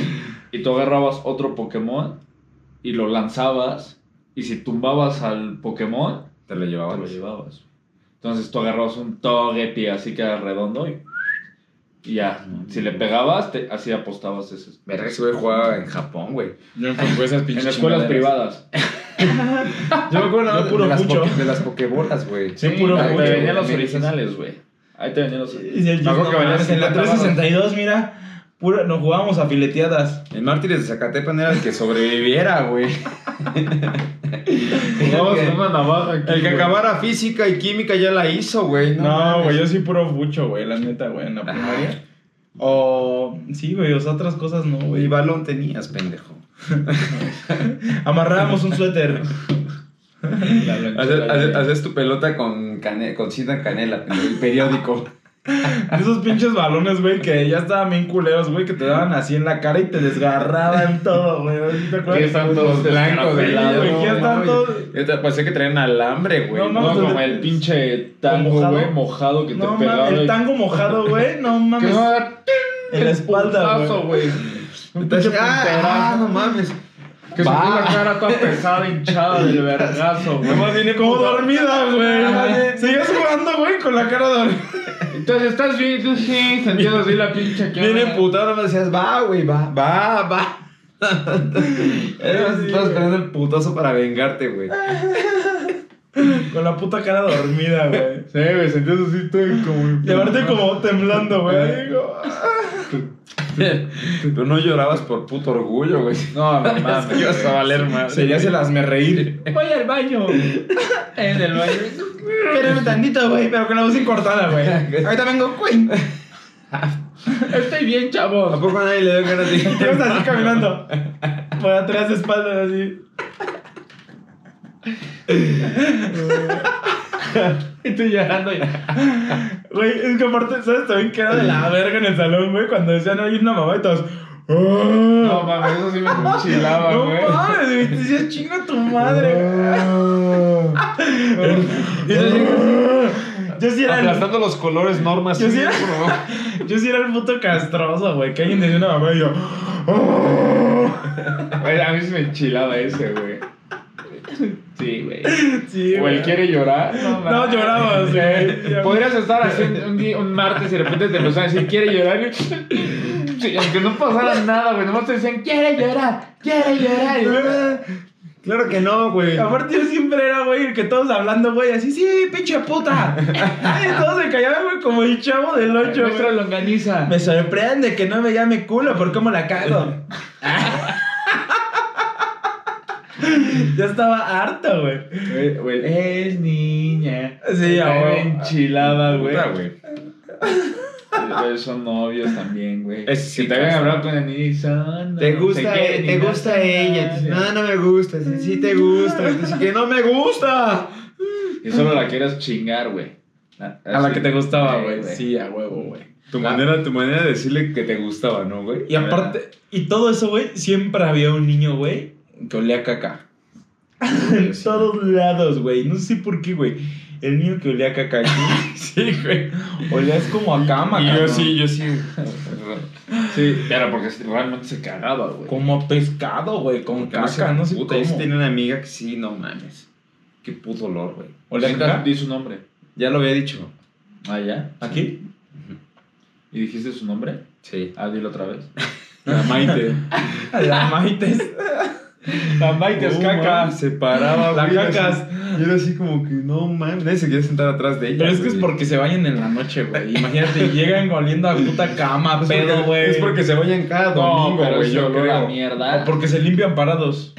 B: y tú agarrabas otro Pokémon y lo lanzabas y si tumbabas al Pokémon,
A: Te lo
B: te
A: llevaban.
B: lo llevabas. Entonces tú agarrabas un Togepi así que era redondo y, y ya. Si le pegabas, te- así apostabas ese.
A: Verga, ese güey jugaba en Japón, güey.
C: Yo encontré esas
B: En escuelas privadas.
C: Yo me acuerdo
A: No,
C: de puro
A: de, las
C: mucho.
A: poke- de las pokebolas, güey.
C: Sí, puro
B: ahí
C: mucho.
B: te venían los
A: güey.
B: originales, güey. Ahí te venían los
C: Y el-
B: Me acuerdo que
C: no,
B: valía
C: mames, en
B: 50
C: la
B: barras.
C: 362, mira, puro- nos jugábamos a fileteadas.
A: El Mártires de Zacatepan era el que sobreviviera, güey.
B: Jugábamos con una navaja aquí,
A: El que
B: güey.
A: acabara física y química ya la hizo, güey.
C: No, güey, yo sí puro fucho, güey, la neta, güey, en la primaria. O, sí, güey, o sea, otras cosas no,
A: Y
C: güey.
A: balón tenías, pendejo.
C: Amarrábamos un suéter.
B: La blanquera,
A: Haces, haces-
B: güey.
A: haces tu pelota con, cane- con cinta canela, pendejo, el periódico.
C: Esos pinches balones, güey, que ya estaban bien culeros, güey, que te daban así en la cara y te desgarraban todo, güey. ¿Sí
B: Que
C: te acuerdas?
B: están todos blancos,
C: güey,
B: güey.
C: güey, ya están todos-
A: Yo te- Pensé que traían alambre, güey.
C: No,
B: No,
C: mames,
B: como
C: te-
B: el pinche tango,
C: mojado.
B: güey, mojado que te
C: No
B: pegaba.
C: mames, el
B: y-
C: tango mojado, güey, no
B: Que
C: mames.
B: no era-
C: En la espalda,
B: Putazo,
C: güey.
B: güey. Un pinche
A: ah, ah, no
B: punterazo.
A: mames.
B: Que se
A: Va.
B: la cara toda pesada, hinchada del vergazo, güey.
C: viene como dormida,
B: Ah, eh.
C: güey. Sigues jugando, güey, con la cara dormida.
B: Entonces estás bien, tú sí, sentido así la pinche que.
A: Viene putado, no me decías, va, güey, va, va, va. Estabas
C: Sí,
A: estabas
C: güey.
A: esperando el putazo para vengarte, güey.
C: Con la puta cara dormida, güey.
B: Sí, güey, sentías así todo como.
C: Llevarte como temblando, güey. Digo,
A: Pero no llorabas por puto orgullo, güey.
B: No, no mames.
A: Yo a valer más. Serías el hazme reír.
B: Voy al baño. En el baño.
C: Espérame tantito, güey, pero con la voz incortada, güey. Ahorita vengo, güey.
B: Estoy bien, chavos.
A: ¿A poco a nadie le dio ganas de
C: Y tú estás así caminando. Por atrás de espaldas, así.
B: Y tú llorando. y-
C: Güey, es que aparte, ¿sabes también que era de la verga en el salón, güey? Cuando decían, oye, una mamá y todos.
B: No
C: No,
B: mames, eso sí me enchilaba,
C: no
B: güey.
C: mames, güey. Te decías, chinga tu madre. Y yo- Yo sí era el
A: Aplastando los colores, normas.
C: Yo sí era- Yo sí era el puto castroso, güey. Que alguien decía una mamá y yo. "Oh".
B: Güey, A mí sí me enchilaba ese, güey. Sí, güey.
C: Sí,
B: O
C: güey.
B: el quiere llorar.
C: No, llorabas, güey.
B: Podrías estar así un, un día, un martes y de repente te empezaban a decir, quiere llorar. Y... Sí, aunque no pasara nada, güey. Nomás te decían, quiere llorar, quiere llorar. Y-
A: Claro que no, güey.
C: Aparte, yo siempre era, güey, el que todos hablando, güey, así, sí, pinche puta. Y todos se callaban, güey, como el chavo del 8,
B: Nuestra longaniza.
C: Me sorprende que no me llame culo por cómo la cago. ya estaba harto, güey.
B: Güey, güey, es niña.
C: Sí,
B: Me
C: güey. Ah,
B: enchilaba, güey.
A: Puta, güey.
B: Pero son novios también, güey.
A: Es-
B: si
A: sí,
B: te habían
A: claro.
B: hablado con el niño y son,
A: Te
B: no, se
A: gusta, e,
B: quieren
A: te
B: y no
A: gusta
B: hacen
A: ella.
B: nada.
A: No, no me gusta. Sí, sí te gusta. Dice que no me gusta.
B: Y solo la quieres chingar, güey. Ah,
C: A la que te gustaba,
B: Sí,
C: güey.
B: güey.
C: Sí, a huevo, güey.
A: Tu manera, tu manera de decirle que te gustaba, ¿no, güey?
C: Y aparte, y todo eso, güey, siempre había un niño, güey, que olía a caca. En todos lados, güey. No sé por qué, güey. El niño que olía a caca aquí,
A: Sí, güey.
C: olías como a cama,
A: Y yo
C: cabrón.
A: sí, yo sí.
B: Sí, pero porque realmente se cagaba, güey.
C: Como a pescado, güey, con caca, no sé
A: Puta,
C: cómo.
A: yo sí tenía una amiga que sí, no mames. Qué puto olor, güey.
C: ¿Olía a caca?
B: Di su nombre.
A: Ya lo había dicho.
B: Ah, ya.
C: ¿Aquí?
B: ¿Y dijiste su nombre?
A: Sí.
B: Ah, dilo otra vez.
A: La Maite.
C: La Maites.
B: La Maite es
C: No,
B: caca.
C: mames, Se paraba,
B: La
C: güey,
B: caca.
C: así. Y era así como que, no mames, nadie se quería sentar atrás de ella. Pero es que es
A: güey.
C: porque se vayan en la noche, güey. Imagínate, llegan oliendo a puta cama,
A: Es porque-
C: pedo, güey.
A: Es porque se vayan cada
B: No,
A: domingo,
B: pero
A: güey, yo
B: la
A: creo.
B: mierda.
C: O porque se limpian parados.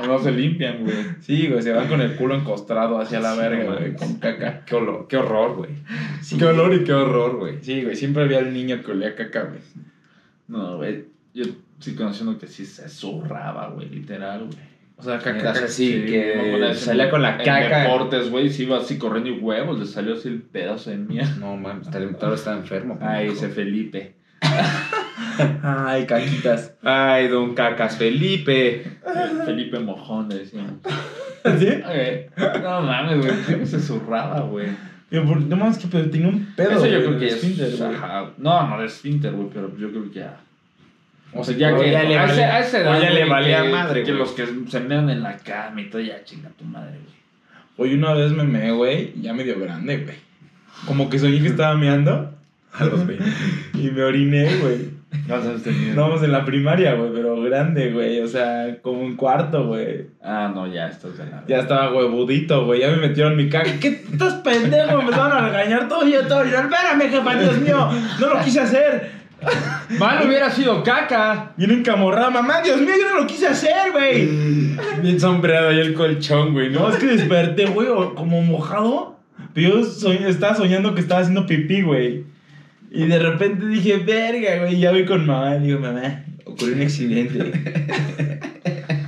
B: O no se limpian, güey.
C: Sí, güey, se van con el culo encostrado hacia la
A: Sí, no
C: verga,
A: mames.
C: güey, con caca.
A: Qué, olor, qué horror, güey. Qué olor y qué horror, güey.
C: Sí, güey, siempre había el niño que olía a caca, güey.
B: No, güey. Yo sí conocí uno que sí se zurraba, güey, literal, güey. O sea,
A: Era
B: caca.
A: así, que
B: me acuerdo de ese
A: salía
B: en-
A: con la caca.
B: En deportes, güey, sí iba así corriendo y huevos, le salió así el pedazo de mierda.
A: No, mames, hasta el invitado está enfermo.
B: Ay,
A: pendejo.
B: ese Felipe.
C: Ay, caquitas.
A: Ay, don Cacas Felipe.
B: Felipe Mojón, le decíamos.
C: ¿Sí?
B: Güey, No mames, güey. ¿Cómo se zurraba, güey?
C: Yo, por- No mames, que pero tenía un pedo.
B: Eso yo
C: güey,
B: creo
C: en
B: que
C: el
B: es.
C: esfínter, güey.
B: ajá. No, no es esfínter, güey, pero yo creo que ya.
C: O
B: O
C: sea,
B: sea, ya
A: o
B: que.
A: ya le
B: a ese-
A: valía-
B: a esa
A: o
B: edad,
A: ya
B: güey,
A: le valía
B: que-
A: madre,
B: Que
A: güey.
B: los que se mean en la cama y todo, ya chinga tu madre, güey.
C: Hoy una vez me meé, güey, y ya medio grande, güey. Como que soñé que estaba meando
A: A los 20.
C: y me oriné, güey.
B: No sabes
C: No, pues en la primaria, güey, pero grande, güey. O sea, como un cuarto, güey.
B: Ah, no, ya estás de la.
C: Ya estaba huevudito, güey. Ya me metieron mi caca. ¿Qué estás pendejo? Me empezaron a regañar todo y yo todo. Y yo, espérame, jefa, Dios mío. No lo quise hacer.
B: Mal hubiera sido caca.
C: Y en un camorrado, mamá, Dios mío, yo no lo quise hacer, güey.
A: Bien sombreado ahí el colchón, güey,
C: No,
A: ¿no?
C: es que desperté, güey, o- como mojado. Pero yo soñ- estaba soñando que estaba haciendo pipí, güey. Y de repente dije, verga, güey. Y ya voy con mamá. Y digo, mamá, ocurrió un accidente.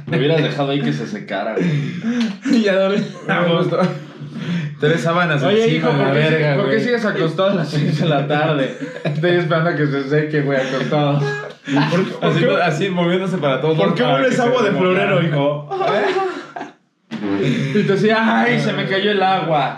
B: Me hubieras dejado ahí que se secara, güey.
C: y ya dormí.
A: Tres sábanas
B: Oye, hijo,
A: encima,
B: ¿por
A: la
B: qué, si-
A: verga,
B: ¿por qué
A: güey.
B: sigues acostado a las 6 de la tarde? Estoy esperando a que se seque, güey, acostado.
C: ¿Por
A: Así,
C: qué-
A: así moviéndose para todos.
C: ¿Por qué
A: lados para Ah, que
C: hueles
A: se
C: agua de
A: remoja.
C: florero, hijo?
B: Y te decía, ay, se me cayó el agua.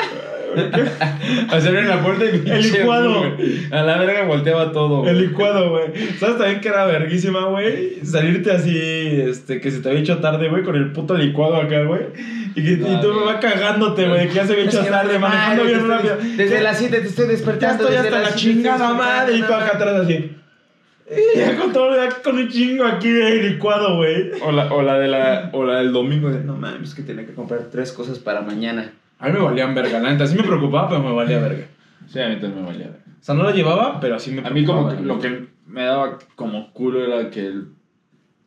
A: Se abrieron la puerta y
C: El licuado.
A: A la verga volteaba todo. güey.
C: El licuado, güey. ¿Sabes también que era verguísima, güey? Salirte así, este, que se te había hecho tarde, güey, con el puto licuado acá, güey. Y, que, y tú me vas cagándote, güey, que ya se había hecho tarde, manejando bien rápido. Ya-
A: 7 te estoy
C: Ya
A: despertando.
C: estoy hasta la chingada madre. Y tú acá atrás así. Y ya con todo, ya con un chingo aquí de licuado, güey.
A: O la, o la de la, o la del domingo de no mames que tenía que comprar tres cosas para mañana.
C: A mí me valían verga, la neta. Sí me preocupaba, pero me valía verga.
B: Sí, a mí también me valía. ver.
C: O sea, no la llevaba, pero así me
B: A mí como que,
C: preocupaba, güey.
B: lo que me daba como culo era que el,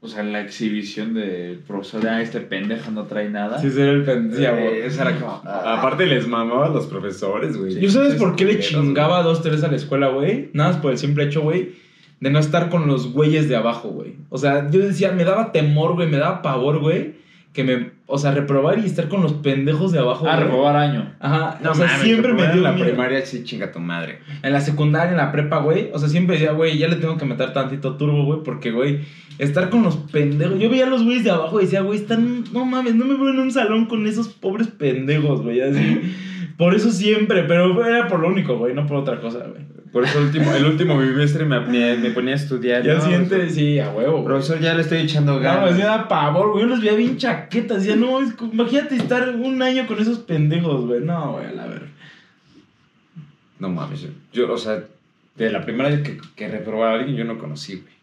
B: o sea, la exhibición del profesor de ah, este pendejo no trae nada.
C: Sí, ese era el pendejo, güey.
A: Eh, esa era como- Aparte les mamaba a los profesores, güey.
C: ¿Yo sabes por qué le
A: Culeros, güey.
C: chingaba dos, tres a la escuela, güey? Nada más por el simple hecho, güey, de no estar con los güeyes de abajo, güey. O sea, yo decía, me daba temor, güey, me daba pavor, güey, que me, o sea, reprobar y estar con los pendejos de abajo,
B: Ah,
C: güey.
B: robar año.
C: Ajá,
A: No,
C: o sea,
A: mames,
C: siempre
A: pero
C: me
A: en
C: dio
A: la
C: miedo.
A: primaria sí chinga tu madre.
C: En la secundaria, en la prepa, güey, o sea, siempre decía, güey, ya le tengo que meter tantito turbo, güey, porque, güey, estar con los pendejos. Yo veía a los güeyes de abajo y decía, güey, están, no mames, no me veo en un salón con esos pobres pendejos, güey, así. Por eso siempre, pero era por lo único, güey, no por otra cosa, güey.
A: Por eso el último, el último bimestre me, me, me ponía a estudiar.
C: Y al
A: No,
C: siguiente, sí, a huevo, güey.
A: Profesor, ya le estoy echando
C: No, pues me
A: ganas.
C: hacía pavor, güey. Yo los veía bien chaquetas. Decía, no, es- imagínate estar un año con esos pendejos, güey. No, güey, a la verga.
A: No mames, yo, o sea, de la primaria que, que reprobaba a alguien yo no conocí, güey.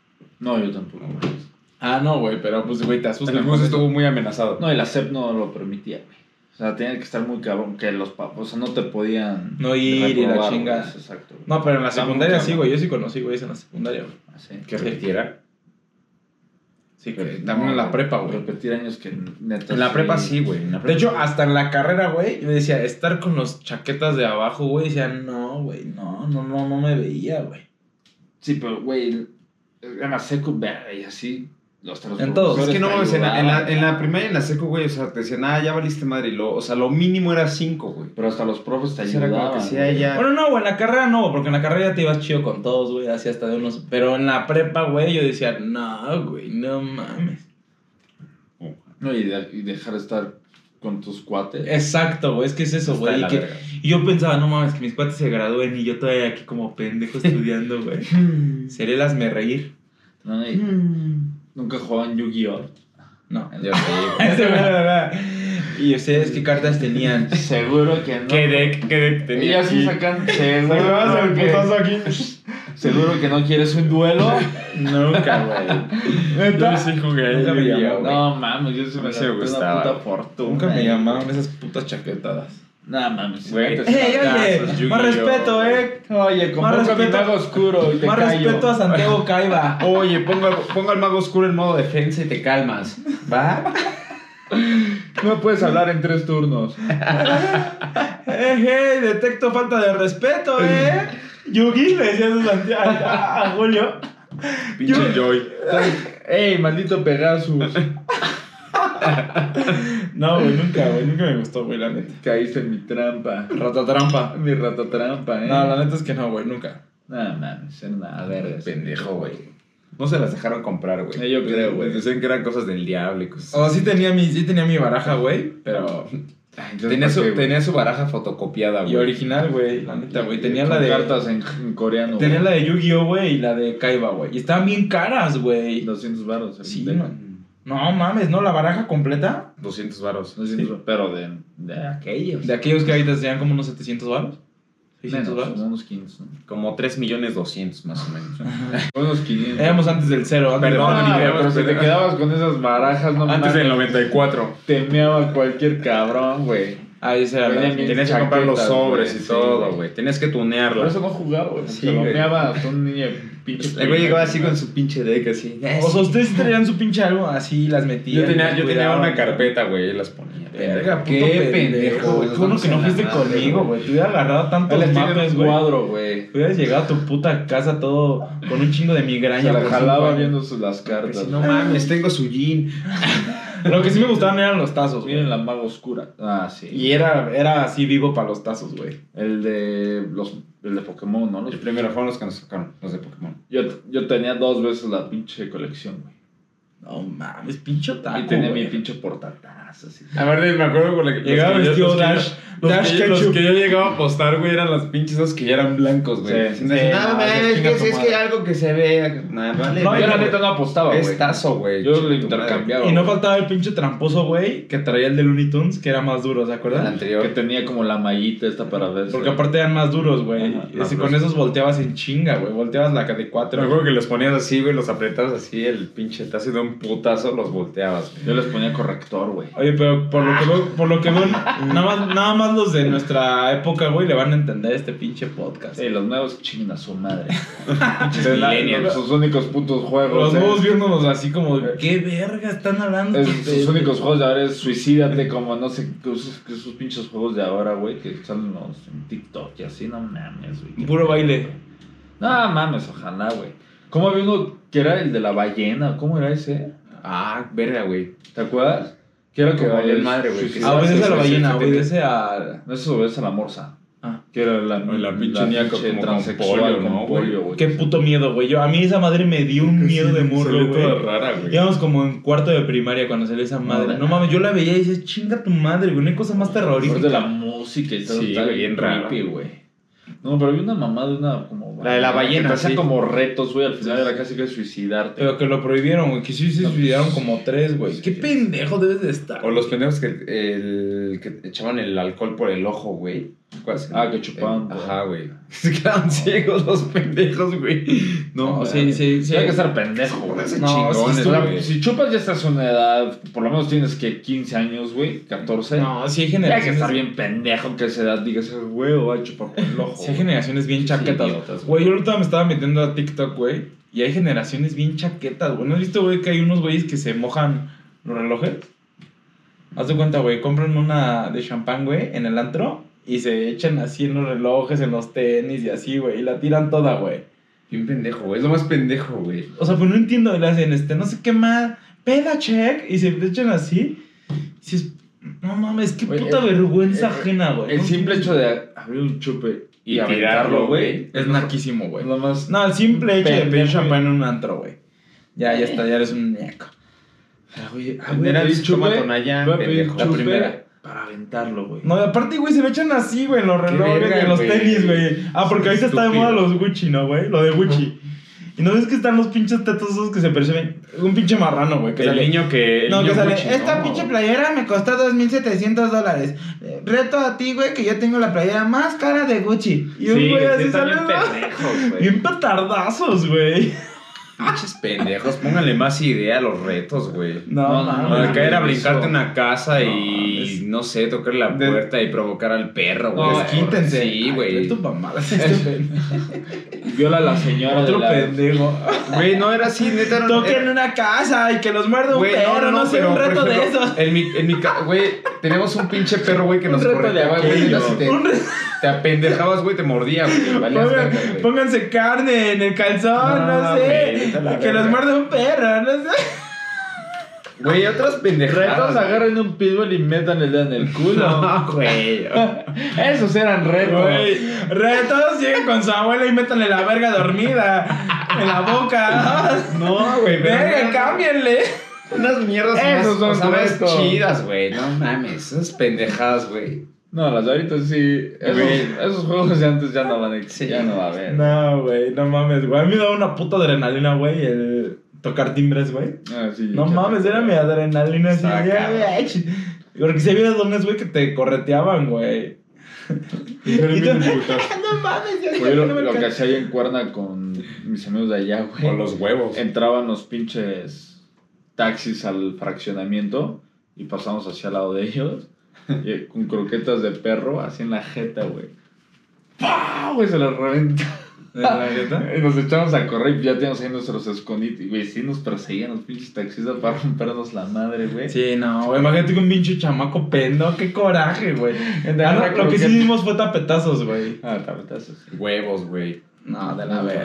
B: No, yo tampoco.
A: No mames.
C: Ah, no, güey, pero pues, güey, te asustan.
A: El bus estuvo muy amenazado.
B: No, el ACEP E no lo permitía, güey. O sea, tenía que estar muy cabrón, que los papás, o sea, no te podían...
C: No ir y la
B: reprobar,
C: chinga.
B: güey, Exacto. güey.
C: No, pero en la
B: Está muy
C: secundaria
B: cabrón.
C: sí, güey. Yo sí conocí, güey, en la secundaria, güey.
B: Así.
A: Que
C: Sí.
A: repitiera.
C: Sí,
A: que-
C: también en la prepa, güey.
B: Repetir años que neta.
A: En la prepa sí, güey. en la
C: De
A: prepa-
C: hecho, hasta en la carrera, güey, yo decía, estar con los chaquetas de abajo, güey, decía, no, güey, no, no, no, no me veía, güey.
B: Sí, pero, güey, en la secu, verga, y así... Los tres
C: En todos.
A: Es que no mames,
B: profesores te
A: en la, en, la,
B: ayudaban.
A: en la primaria y en la seco, güey, o sea, te decían, ah, ya valiste madre. y lo- o sea, lo mínimo era cinco, güey.
B: Pero hasta los profes te
A: O sea, Era
B: ayudaban.
A: como que sí,
B: güey.
A: ah, ya.
C: Bueno, no, güey, en la carrera no, porque en la carrera ya te ibas chido con todos, güey, así hasta de unos. Pero en la prepa, güey, yo decía, no, güey, no mames.
B: No, y, de- y dejar de estar con tus cuates.
C: Exacto, güey, es que es eso,
A: Está de
C: güey.
A: la
C: y que-
A: verga.
C: Y yo pensaba, no mames, que mis cuates se gradúen y yo todavía aquí como pendejo estudiando, güey. Seré las me reír.
B: No, y nunca jugaban Yu-Gi-Oh!
C: No. Este,
A: Ya sé, güey.
C: Ese, güey, güey, güey. ¿Y ustedes qué cartas tenían?
B: Seguro que no.
A: ¿Qué deck? ¿Qué deck
B: Y
A: tenía?
B: así
A: aquí?
B: sacan. Seguro que,
C: aquí.
B: ¿Seguro que no quieres un duelo?
C: Nunca, güey.
B: ¿Neta?
C: Yo sí jugué.
A: Nunca
C: yo
A: me
C: llamaba.
A: llamó. güey.
B: No mames, yo se
A: A
B: me
A: mí sí
B: gasté
A: me gustaba,
B: Una puta
A: güey.
B: fortuna.
C: Nunca me
B: eh.
C: llamaban esas putas chaquetadas.
B: No mames,
A: Güey.
B: neta,
C: ¡Ey,
B: esas casas,
C: oye!
B: Yu-Gi-Oh.
C: Más respeto, eh.
B: Oye,
C: Más
B: compro mi
C: respeto-
B: mago oscuro y te
C: Más
B: callo.
C: respeto a Santiago Caiba.
A: Oye, pongo, al- pongo al mago oscuro en modo defensa y te calmas. ¿Va?
B: No puedes hablar en tres turnos.
C: ¡Ey, ey! Eh, Detecto falta de respeto, eh. Yugi, le decías a Santiago, a, a Julio.
F: Pinche Joy.
B: ¡Ey, maldito Pegasus!
C: No, güey, nunca, güey. Nunca me gustó, güey, la neta.
B: Caíste en mi trampa.
C: Ratatrampa.
B: Mi ratatrampa, eh.
C: No, la neta es que no, güey, nunca.
B: No mames, era una verga.
A: Pendejo, güey. No se las dejaron comprar, güey. Oh,
B: Eh, yo creo, güey.
A: Decían que eran cosas del diablo y cosas.
C: O sí tenía mi, sí tenía mi baraja, güey, pero.
A: tenía, su,
B: ¿para qué,
A: tenía su baraja fotocopiada,
C: Y
A: güey.
C: original, güey, la neta, güey. Tenía
B: Con
C: la de.
B: cartas en, en coreano.
C: Tenía
B: güey.
C: la de Yu-Gi-Oh, güey, y la de Kaiba, güey. Y estaban bien caras, güey.
B: 200 baros. el
C: Sí,
B: de-
C: no. No mames, ¿no? La baraja completa
A: 200 Mm. varos.
B: 200 baros, pero de, de aquellos.
C: de aquellos que ahorita serían como unos 700 baros. 600
B: Menos,
C: baros.
B: como unos 15. ¿no?
A: Como 3 millones 200 más o menos.
B: Unos 500.
C: Éramos antes del cero, antes
A: Perdón,
C: de-
B: Ah,
A: Oliver,
B: pero si te
A: perdón.
B: quedabas con esas barajas, no
A: Antes del
B: mames,
A: 94.
B: te meaba cualquier cabrón, güey.
C: Ahí se habla.
B: Tenían
A: Tenías que comprar los
B: Chaquetas,
A: sobres y
B: güey, sí,
A: todo,
B: güey.
A: güey. Tenías que
B: Por
A: tunearlo.
B: eso no jugaba, güey.
A: Sí,
B: se lo
A: güey.
B: meaba hasta un niño pinche.
A: El güey llegaba así con su pinche deck así.
C: O sea, ustedes sí traían su pinche algo así, las metían.
A: Yo tenía,
C: las
A: yo tenía
C: cuidaban,
A: una
C: güey.
A: carpeta, güey, y las ponía.
C: Verga, puto
A: Qué pendejo,
C: pendejo. güey.
A: nos
C: Qué bueno que no
A: vamos a
C: fuiste
A: la madre,
C: conmigo, güey. Te hubiera agarrado tantos
B: El
C: mapes,
B: mapes
C: güey.
B: cuadro, güey.
C: Hubieras llegado a tu puta casa todo con un chingo de migraña.
B: Se la
C: por cinco
B: jalaba
C: años.
B: viendo sus- las cartas.
C: si
A: No mames, tengo su jean.
C: Lo que sí me gustaban eran los tazos, güey.
B: Miren la maga oscura. Ah, sí.
C: Y era, era así vivo para los tazos, güey.
B: El de los el de Pokémon, ¿no? Los-
A: Los primero fueron los que nos sacaron, los de Pokémon.
B: Yo, yo tenía dos veces la pinche colección, güey.
C: No mames, pincho taco.
B: Y tenía
C: güey.
B: mi pinche portatazo, así.
A: A ver, me acuerdo con la que
C: Llegaba
A: los que
C: vestido
A: yo- los que
C: Dash.
A: yo- Los,
C: Dash
A: que, los
C: Ketchup.
A: que yo llegaba a apostar, güey, eran las pinches esas que ya eran blancos, güey.
B: Sí,
A: Y me
C: sí,
A: decían,
C: no,
A: mames,
C: sí, chinga tu madre".
A: algo que se vea. Nah, vale,
C: No,
B: No,
A: vale,
B: yo la
A: güey.
B: neta no apostaba, güey.
A: Es tazo, güey.
B: Yo lo
A: Chinga tu madre.
B: intercambiaba.
C: Y no
B: güey.
C: faltaba el pinche tramposo, güey, que traía el de Looney Tunes, que era más duro, ¿se
A: El
C: acuerdan?
B: Que
A: anterior.
B: tenía como la mallita esta para ver.
C: Porque aparte eran más duros, güey.
A: Ajá,
C: Y
A: más
C: si con
A: duros.
C: esos volteabas en chinga, güey. Volteabas la de
A: me
C: cuatro.
A: acuerdo que los ponías así, güey, los apretabas así, el pinche tazo y de un putazo los volteabas, güey.
B: Yo les ponía corrector, güey.
C: Oye, pero por lo que veo, por lo que veo, nada más, nada más los de nuestra época, güey, le van a entender este pinche podcast.
B: Sí, los nuevos chingan a su madre.
A: Pinches millennials.
B: sus únicos putos juegos.
C: Los
B: eh.
C: nuevos viéndonos así como, ¿qué verga están hablando? Este,
B: Es-
C: estos
B: sus únicos
C: pendejos?"
B: juegos de ahora es Suicídate, como no sé, que esos, que esos pinches juegos de ahora, güey, que salen los- en TikTok y así, no mames, güey.
C: Puro baile.
B: No mames, ojalá, güey. ¿Cómo había uno que era el de la ballena? ¿Cómo era ese?
A: Ah, verga, güey.
B: ¿Te acuerdas? Que era
A: Que
B: como
A: valió
B: el
A: madre, güey, que
C: Ah,
A: sí,
C: obedece
A: sí,
C: a la
A: sí,
C: ballena,
A: sí, sí,
C: obedece a...
B: No, eso es a la morsa.
C: Ah.
B: Que era la,
A: O la pinche niaca como con
B: transexual
A: polio,
B: con
A: ¿no, güey?
B: polio, güey.
C: Qué puto miedo, güey. Yo, a mí esa madre me dio un miedo de morro,
A: Salió toda
C: güey.
A: rara, güey.
C: Íbamos como en cuarto de primaria cuando salió esa madre.
B: Madre.
C: No mames, yo la veía y decía, chinga tu madre, güey. No hay cosa más
B: Por de la
C: terrorífica.
B: música y todo.
A: Sí,
B: está
A: güey, bien raro.
B: creepy, güey. No, pero había una mamá de una como...
A: La de la
B: que
A: ballena,
B: te hacía
A: sí.
B: como retos, güey. Al final era casi que suicidarte.
C: Pero que lo prohibieron, güey. Que sí se
B: No,
C: suicidaron
B: pues,
C: como tres, güey.
B: sí.
C: Qué pendejo debes de estar.
A: O los pendejos que, el, que echaban el alcohol por el ojo, güey. ¿Cuál es?
B: Ah, que chupaban,
A: Eh,
B: güey.
A: ajá, güey. Se quedaban ciegos los pendejos, güey. No,
C: No,
A: o sea,
C: sí, sí, sí.
B: Hay que estar pendejo, güey.
A: Pónganse
C: No,
A: chingones,
B: O sea,
A: güey.
B: si chupas ya estás a una edad, por lo menos tienes que 15 años, güey, 14.
C: No, sí
B: Ya hay
C: hay
B: que
C: generaciones...
B: estar bien pendejo que a esa edad digas, güey, voy a chupar por el ojo.
C: Sí hay generaciones bien chaquetas.
A: idiotas,
C: Güey, yo ahorita me estaba metiendo a TikTok, güey. Y hay generaciones bien chaquetas, güey. ¿No has visto, güey, que hay unos güeyes que se mojan los relojes? Haz de cuenta, güey. Compran una de champán, güey, en el antro. Y se echan así en los relojes, en los tenis y así, güey. Y la tiran toda, güey.
A: Bien pendejo, güey. Es lo más pendejo, güey.
C: O sea, pues no entiendo. Le hacen este, no sé qué más. Peda check. Y se echan así. Y dices, no mames, qué
B: Güey,
C: puta
B: el-
C: vergüenza
B: el-
C: ajena, güey.
B: El
C: No
B: simple
C: entiendo.
B: hecho de abrir un chupe y,
A: Y
B: aventarlo,
A: tirarlo,
B: güey,
A: güey.
C: Es naquísimo, güey.
B: nada más.
C: No, el simple hecho de
B: Pendejo,
C: pedir
B: güey.
C: champán en un antro, güey. Ya, ya está, ya eres un ñaco.
B: Ah, güey, ah, voy a
A: Era
B: pedir
A: el
B: chupe,
A: Tomatona
B: voy a pedir
A: pendejo. La
B: chupe
A: primera.
B: para aventarlo, güey.
C: No, y aparte, güey, se lo echan así, güey, en los
A: Qué
C: relojes,
A: verga,
C: en los
A: güey.
C: tenis, güey. Ah, porque ahorita está de moda
A: Estúpido.
C: los Gucci, ¿no, güey? Lo de Gucci. Y no ves que están los pinches tetos esos que se perciben. Un pinche marrano, güey. Que
A: el
C: sale-
A: niño que. el
C: no,
A: niño
C: que sale.
A: muy chingón,
C: Esta
A: ¿no?
C: pinche playera me costó 2.700 dólares. Eh, Reto a ti, güey, que yo tengo la playera más cara de Gucci. Y un
B: Sí,
C: güey
B: sí,
C: así
B: están
C: sale.
B: bien
C: ¿no?
D: Pendejos, güey.
C: Bien petardazos, güey.
D: Pinches pendejos.
A: Pónganle más idea a los retos, güey.
B: No, no,
C: mames,
A: No, acá
B: güey,
A: era
B: eso.
A: brincarte una casa
C: No,
A: y
C: es-
A: no sé, tocar la
C: De-
A: puerta y provocar al perro, güey.
C: No,
A: Es-
C: desquítense.
A: Sí,
C: Ay,
A: güey.
C: tu mamada, este pendejo.
B: Viola a la señora
C: Otro
B: de
C: pendejo.
A: Güey, no era así, neta. era-
C: Toquen una casa y que los muerda un
A: Güey,
C: perro, no, sé,
A: pero,
C: un
A: por
C: reto de
A: ejemplo,
C: esos.
A: En mi, en mi ca- güey, teníamos un pinche perro, güey, que
B: Un
A: nos
B: reto de
A: correteaba, güey.
C: aquello.
A: así Te,
C: Un re-
A: te apendejabas, güey, te mordía, güey. valías
C: Pongan-
A: verga, güey.
C: pónganse carne en el calzón, no,
A: No,
C: sé.
A: güey, vete a la
C: que
A: verga.
C: los muerda un perro, no sé.
A: Güey, otras
B: la.
A: pendejadas.
B: Retos,
A: güey.
B: agarren un pitbull y metan el dedo en el culo.
A: No, güey.
B: Esos eran retos.
C: Güey, retos, lleguen con su abuela y métanle la verga dormida en la boca.
A: No, güey. pero
C: Verga,
A: no,
C: cámbienle.
A: Unas mierdas más,
B: Esos
A: o
B: son
A: sea, más
B: retos.
A: chidas, güey. No mames, esas pendejadas, güey.
B: No, las de ahorita sí. Esos,
A: Güey.
B: esos juegos de antes ya no van a existir. Ya no va a haber.
C: No, güey, no mames, güey. A mí me daba una puta adrenalina, güey, el tocar timbres, güey.
B: Ah, sí,
C: No
B: ya
C: mames,
B: te-
C: era mi adrenalina así.
A: Está
C: ya,
A: cabrón.
C: güey. Porque si había dones, güey, que te correteaban, güey. Y tú- no mames, ya
B: Güey, lo,
C: no me
B: lo que
C: alcanza.
B: hacía yo en Cuerna con mis amigos de allá, güey.
D: Con los huevos.
B: Entraban los pinches taxis al fraccionamiento y pasamos hacia al lado de ellos. y con croquetas de perro, así en la jeta, güey. ¡Pah! Güey, se los reventó.
C: ¿En la neta?
B: Y Nos echamos a correr y ya teníamos ahí nuestros escondites. Güey, sí nos perseguían los pinches taxistas para rompernos la madre, güey.
C: Sí, no, güey. Imagínate que un pinche chamaco pendo. Qué coraje, güey. Ah, no, lo que sí hicimos fue tapetazos, güey.
B: Ah, tabletazos.
A: Huevos, güey.
C: No, de güey.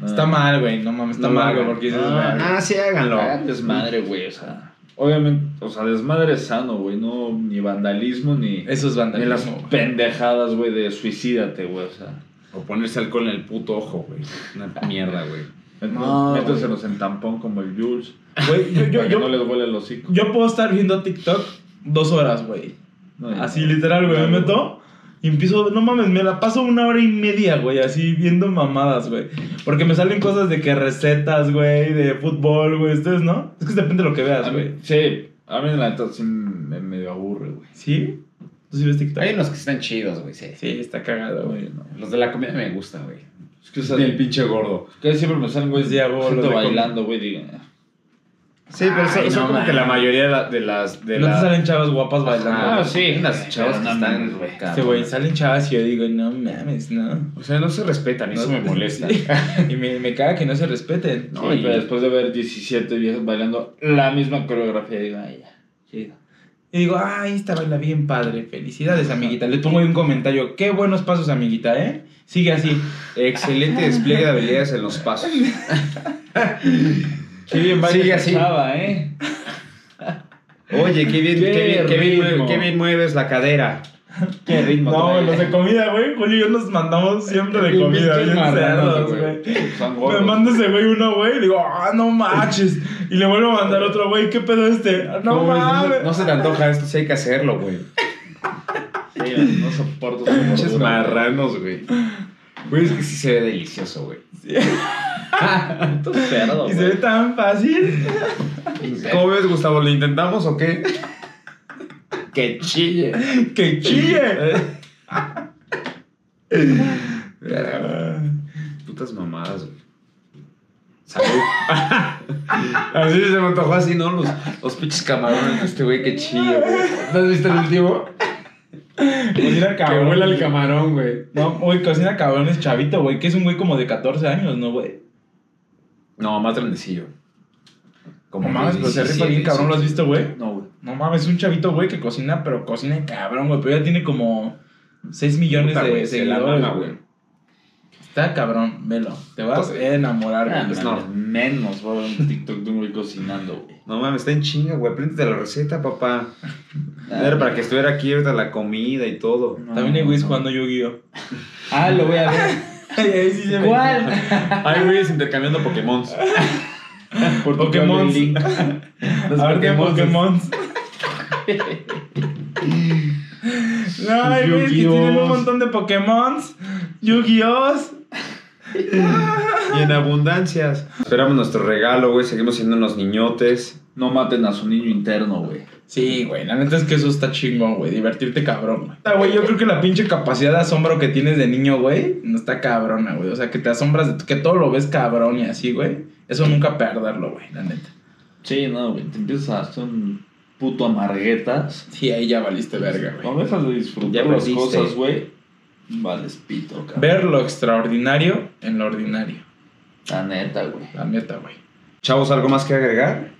B: No.
C: Está mal, güey. No mames, está
A: No,
C: mal, güey.
A: güey.
C: Porque dices, verga.
A: Ah, sí, háganlo.
B: Hagan desmadre, güey, o sea. Obviamente, o sea, desmadre sano, güey, no ni vandalismo ni,
C: Eso
B: ni
C: es
B: las
C: vandalismo. güey.
B: pendejadas, güey, de suicídate, güey, o sea.
A: O ponerse alcohol en el puto ojo, güey. Una mierda, güey.
C: No, güey.
B: Métanselos en tampón como el Jules.
C: Güey, yo, yo,
B: para que
C: yo,
B: no les huele el hocico.
C: yo puedo estar viendo TikTok dos horas, güey.
B: No, ya.
C: Así literal, güey. Me meto y empiezo. No mames, me la paso una hora y media, güey. Así viendo mamadas, güey. Porque me salen cosas de que recetas, güey. De fútbol, güey. Ustedes, ¿no? Es que depende de lo que
B: A
C: veas, güey.
B: mí, sí, a mí la neta sí me medio aburre, güey.
C: ¿Sí? ¿Tú sí ves TikTok?
D: Hay unos que están chidos, güey, sí.
C: Sí, está cagado, güey.
B: No.
D: Los de la comida me gustan, güey.
B: Es que, o sea,
D: Del pinche gordo.
B: que siempre me salen, güey,
C: Sí, a huevo,
B: gente
C: los de
B: bailando, güey, digo, eh.
A: Sí, pero son,
C: Ay,
A: son
C: no
A: como que la
C: mames.
A: mayoría de, la- de las. De
C: no
A: la-
C: te salen chavas guapas bailando.
A: Ajá.
B: Ah, sí,
A: Las
B: güey,
A: chavas
B: pero
A: que
B: no mames,
A: están.
B: güey.
A: cabrón.
C: Este güey, salen chavas y yo digo, no mames, no.
A: O sea, no se respetan, eso me molesta.
C: Sí. Y me, me caga que no se respeten.
B: No,
A: No,
B: y
A: y-
B: pero después de ver 17 viejas bailando la misma coreografía, digo, ay, ya, chido.
C: Y digo, ay, esta baila bien padre. Felicidades, amiguita. Le pongo ahí un comentario. Qué buenos pasos, amiguita, ¿eh? Sigue así.
A: Excelente despliegue de habilidades en los pasos.
B: Qué bien baila
A: Sigue
B: esa
A: así.
B: chava, ¿eh?
A: Oye, qué bien,
B: Qué
A: qué, bien, qué, bien,
B: ritmo.
A: mue- qué bien mueves la cadera.
B: Qué ritmo.
C: No,
B: trae.
C: güey, los de comida, güey. Julio y yo nos mandamos siempre de
B: Bien
C: comida,
B: pinches
C: bien
B: marranos,
C: cerdos,
B: güey.
C: güey.
B: Son
C: Me
B: gordos.
C: manda ese güey uno, güey, y digo, ah, no manches. Y le vuelvo a mandar otro, güey, ¿qué pedo este? "Ah, No
A: Como,
C: mames.
A: No se te antoja esto, sí hay que hacerlo, güey.
B: Sí, no soporto su
A: Pinches
B: gordura, güey.
A: marranos, güey. Güey, es que sí se ve delicioso, güey.
B: Puto cerdo,
C: Y se ve
B: güey.
C: tan fácil.
A: ¿Cómo ves, Gustavo? ¿Lo intentamos o qué? Que chille.
C: Que chille.
A: Putas mamadas, güey. Salud. así se me antojó así, ¿no? Los, los pinches camarones de este güey, que chille, güey. ¿No has visto el último?
C: Mira,
A: Que
C: cabrón.
A: vuela el camarón, güey.
C: No, güey, cocina cabrón es chavito, güey, que es un güey como de 14 años, ¿no, güey?
A: No, más grandecillo.
C: No mames, pero se
A: 17,
C: rifa bien cabrón, ¿lo has
A: 18.
C: visto, güey?
B: No, güey.
C: No mames, es un chavito, güey, que cocina, pero cocina cabrón, güey, pero ya tiene como 6 millones
A: Puta,
C: de
A: güey, se la
C: seguidores,
A: mama,
C: güey. Está cabrón, velo, te vas
A: Entonces-
C: a enamorar, güey.
A: pues
B: Pues
A: no.
B: no, menos, voy a ver un TikTok de un güey cocinando, güey.
A: No mames, está en chinga, güey. Apréndete la receta, papá. Era para que estuviera aquí ahorita la comida y todo.
C: También hay güeyes jugando Yu-Gi-Oh.
B: Ah, lo voy a ver.
C: Ay, ahí sí se me-
A: Hay güeyes intercambiando Pokémon.
B: Por
C: Pokémon.
A: Los
C: A ver qué
A: Pokémon.
C: Pokémon. No, hay güeyes que tienen un
B: Yu-Gi-Ohs.
C: montón de Pokémon. Yu-Gi-Oh!
A: Y en abundancias. Esperamos nuestro regalo, güey. Seguimos siendo unos niñotes.
B: No maten a su niño interno, güey.
C: Sí, güey, la neta es que eso está chingón, güey. Divertirte cabrón, güey. Ah, güey, yo creo que la pinche capacidad de asombro que tienes de niño, güey, no está cabrona, güey. O sea, que te asombras de que todo lo ves cabrón y así, güey. Eso nunca perderlo, güey, la neta.
B: Sí, no, güey. Te empiezas a hacer un puto amarguetas.
C: Sí, ahí ya valiste verga, güey.
B: Cuando dejas de disfrutar
A: Ya
B: las
A: perdiste.
B: cosas, güey, vales pito, cabrón.
C: Ver lo extraordinario en lo ordinario.
B: La neta, güey.
C: La neta, güey.
A: Chavos, ¿algo más que agregar?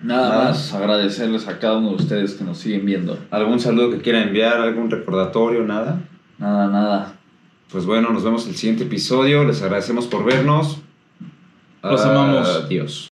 B: Nada
A: Nada.
B: más agradecerles a cada uno de ustedes que nos siguen viendo.
A: ¿Algún saludo que quieran enviar? ¿Algún recordatorio? ¿Nada?
B: Nada, nada.
A: Pues bueno, nos vemos en el siguiente episodio. Les agradecemos por vernos.
C: Los amamos.
A: Adiós.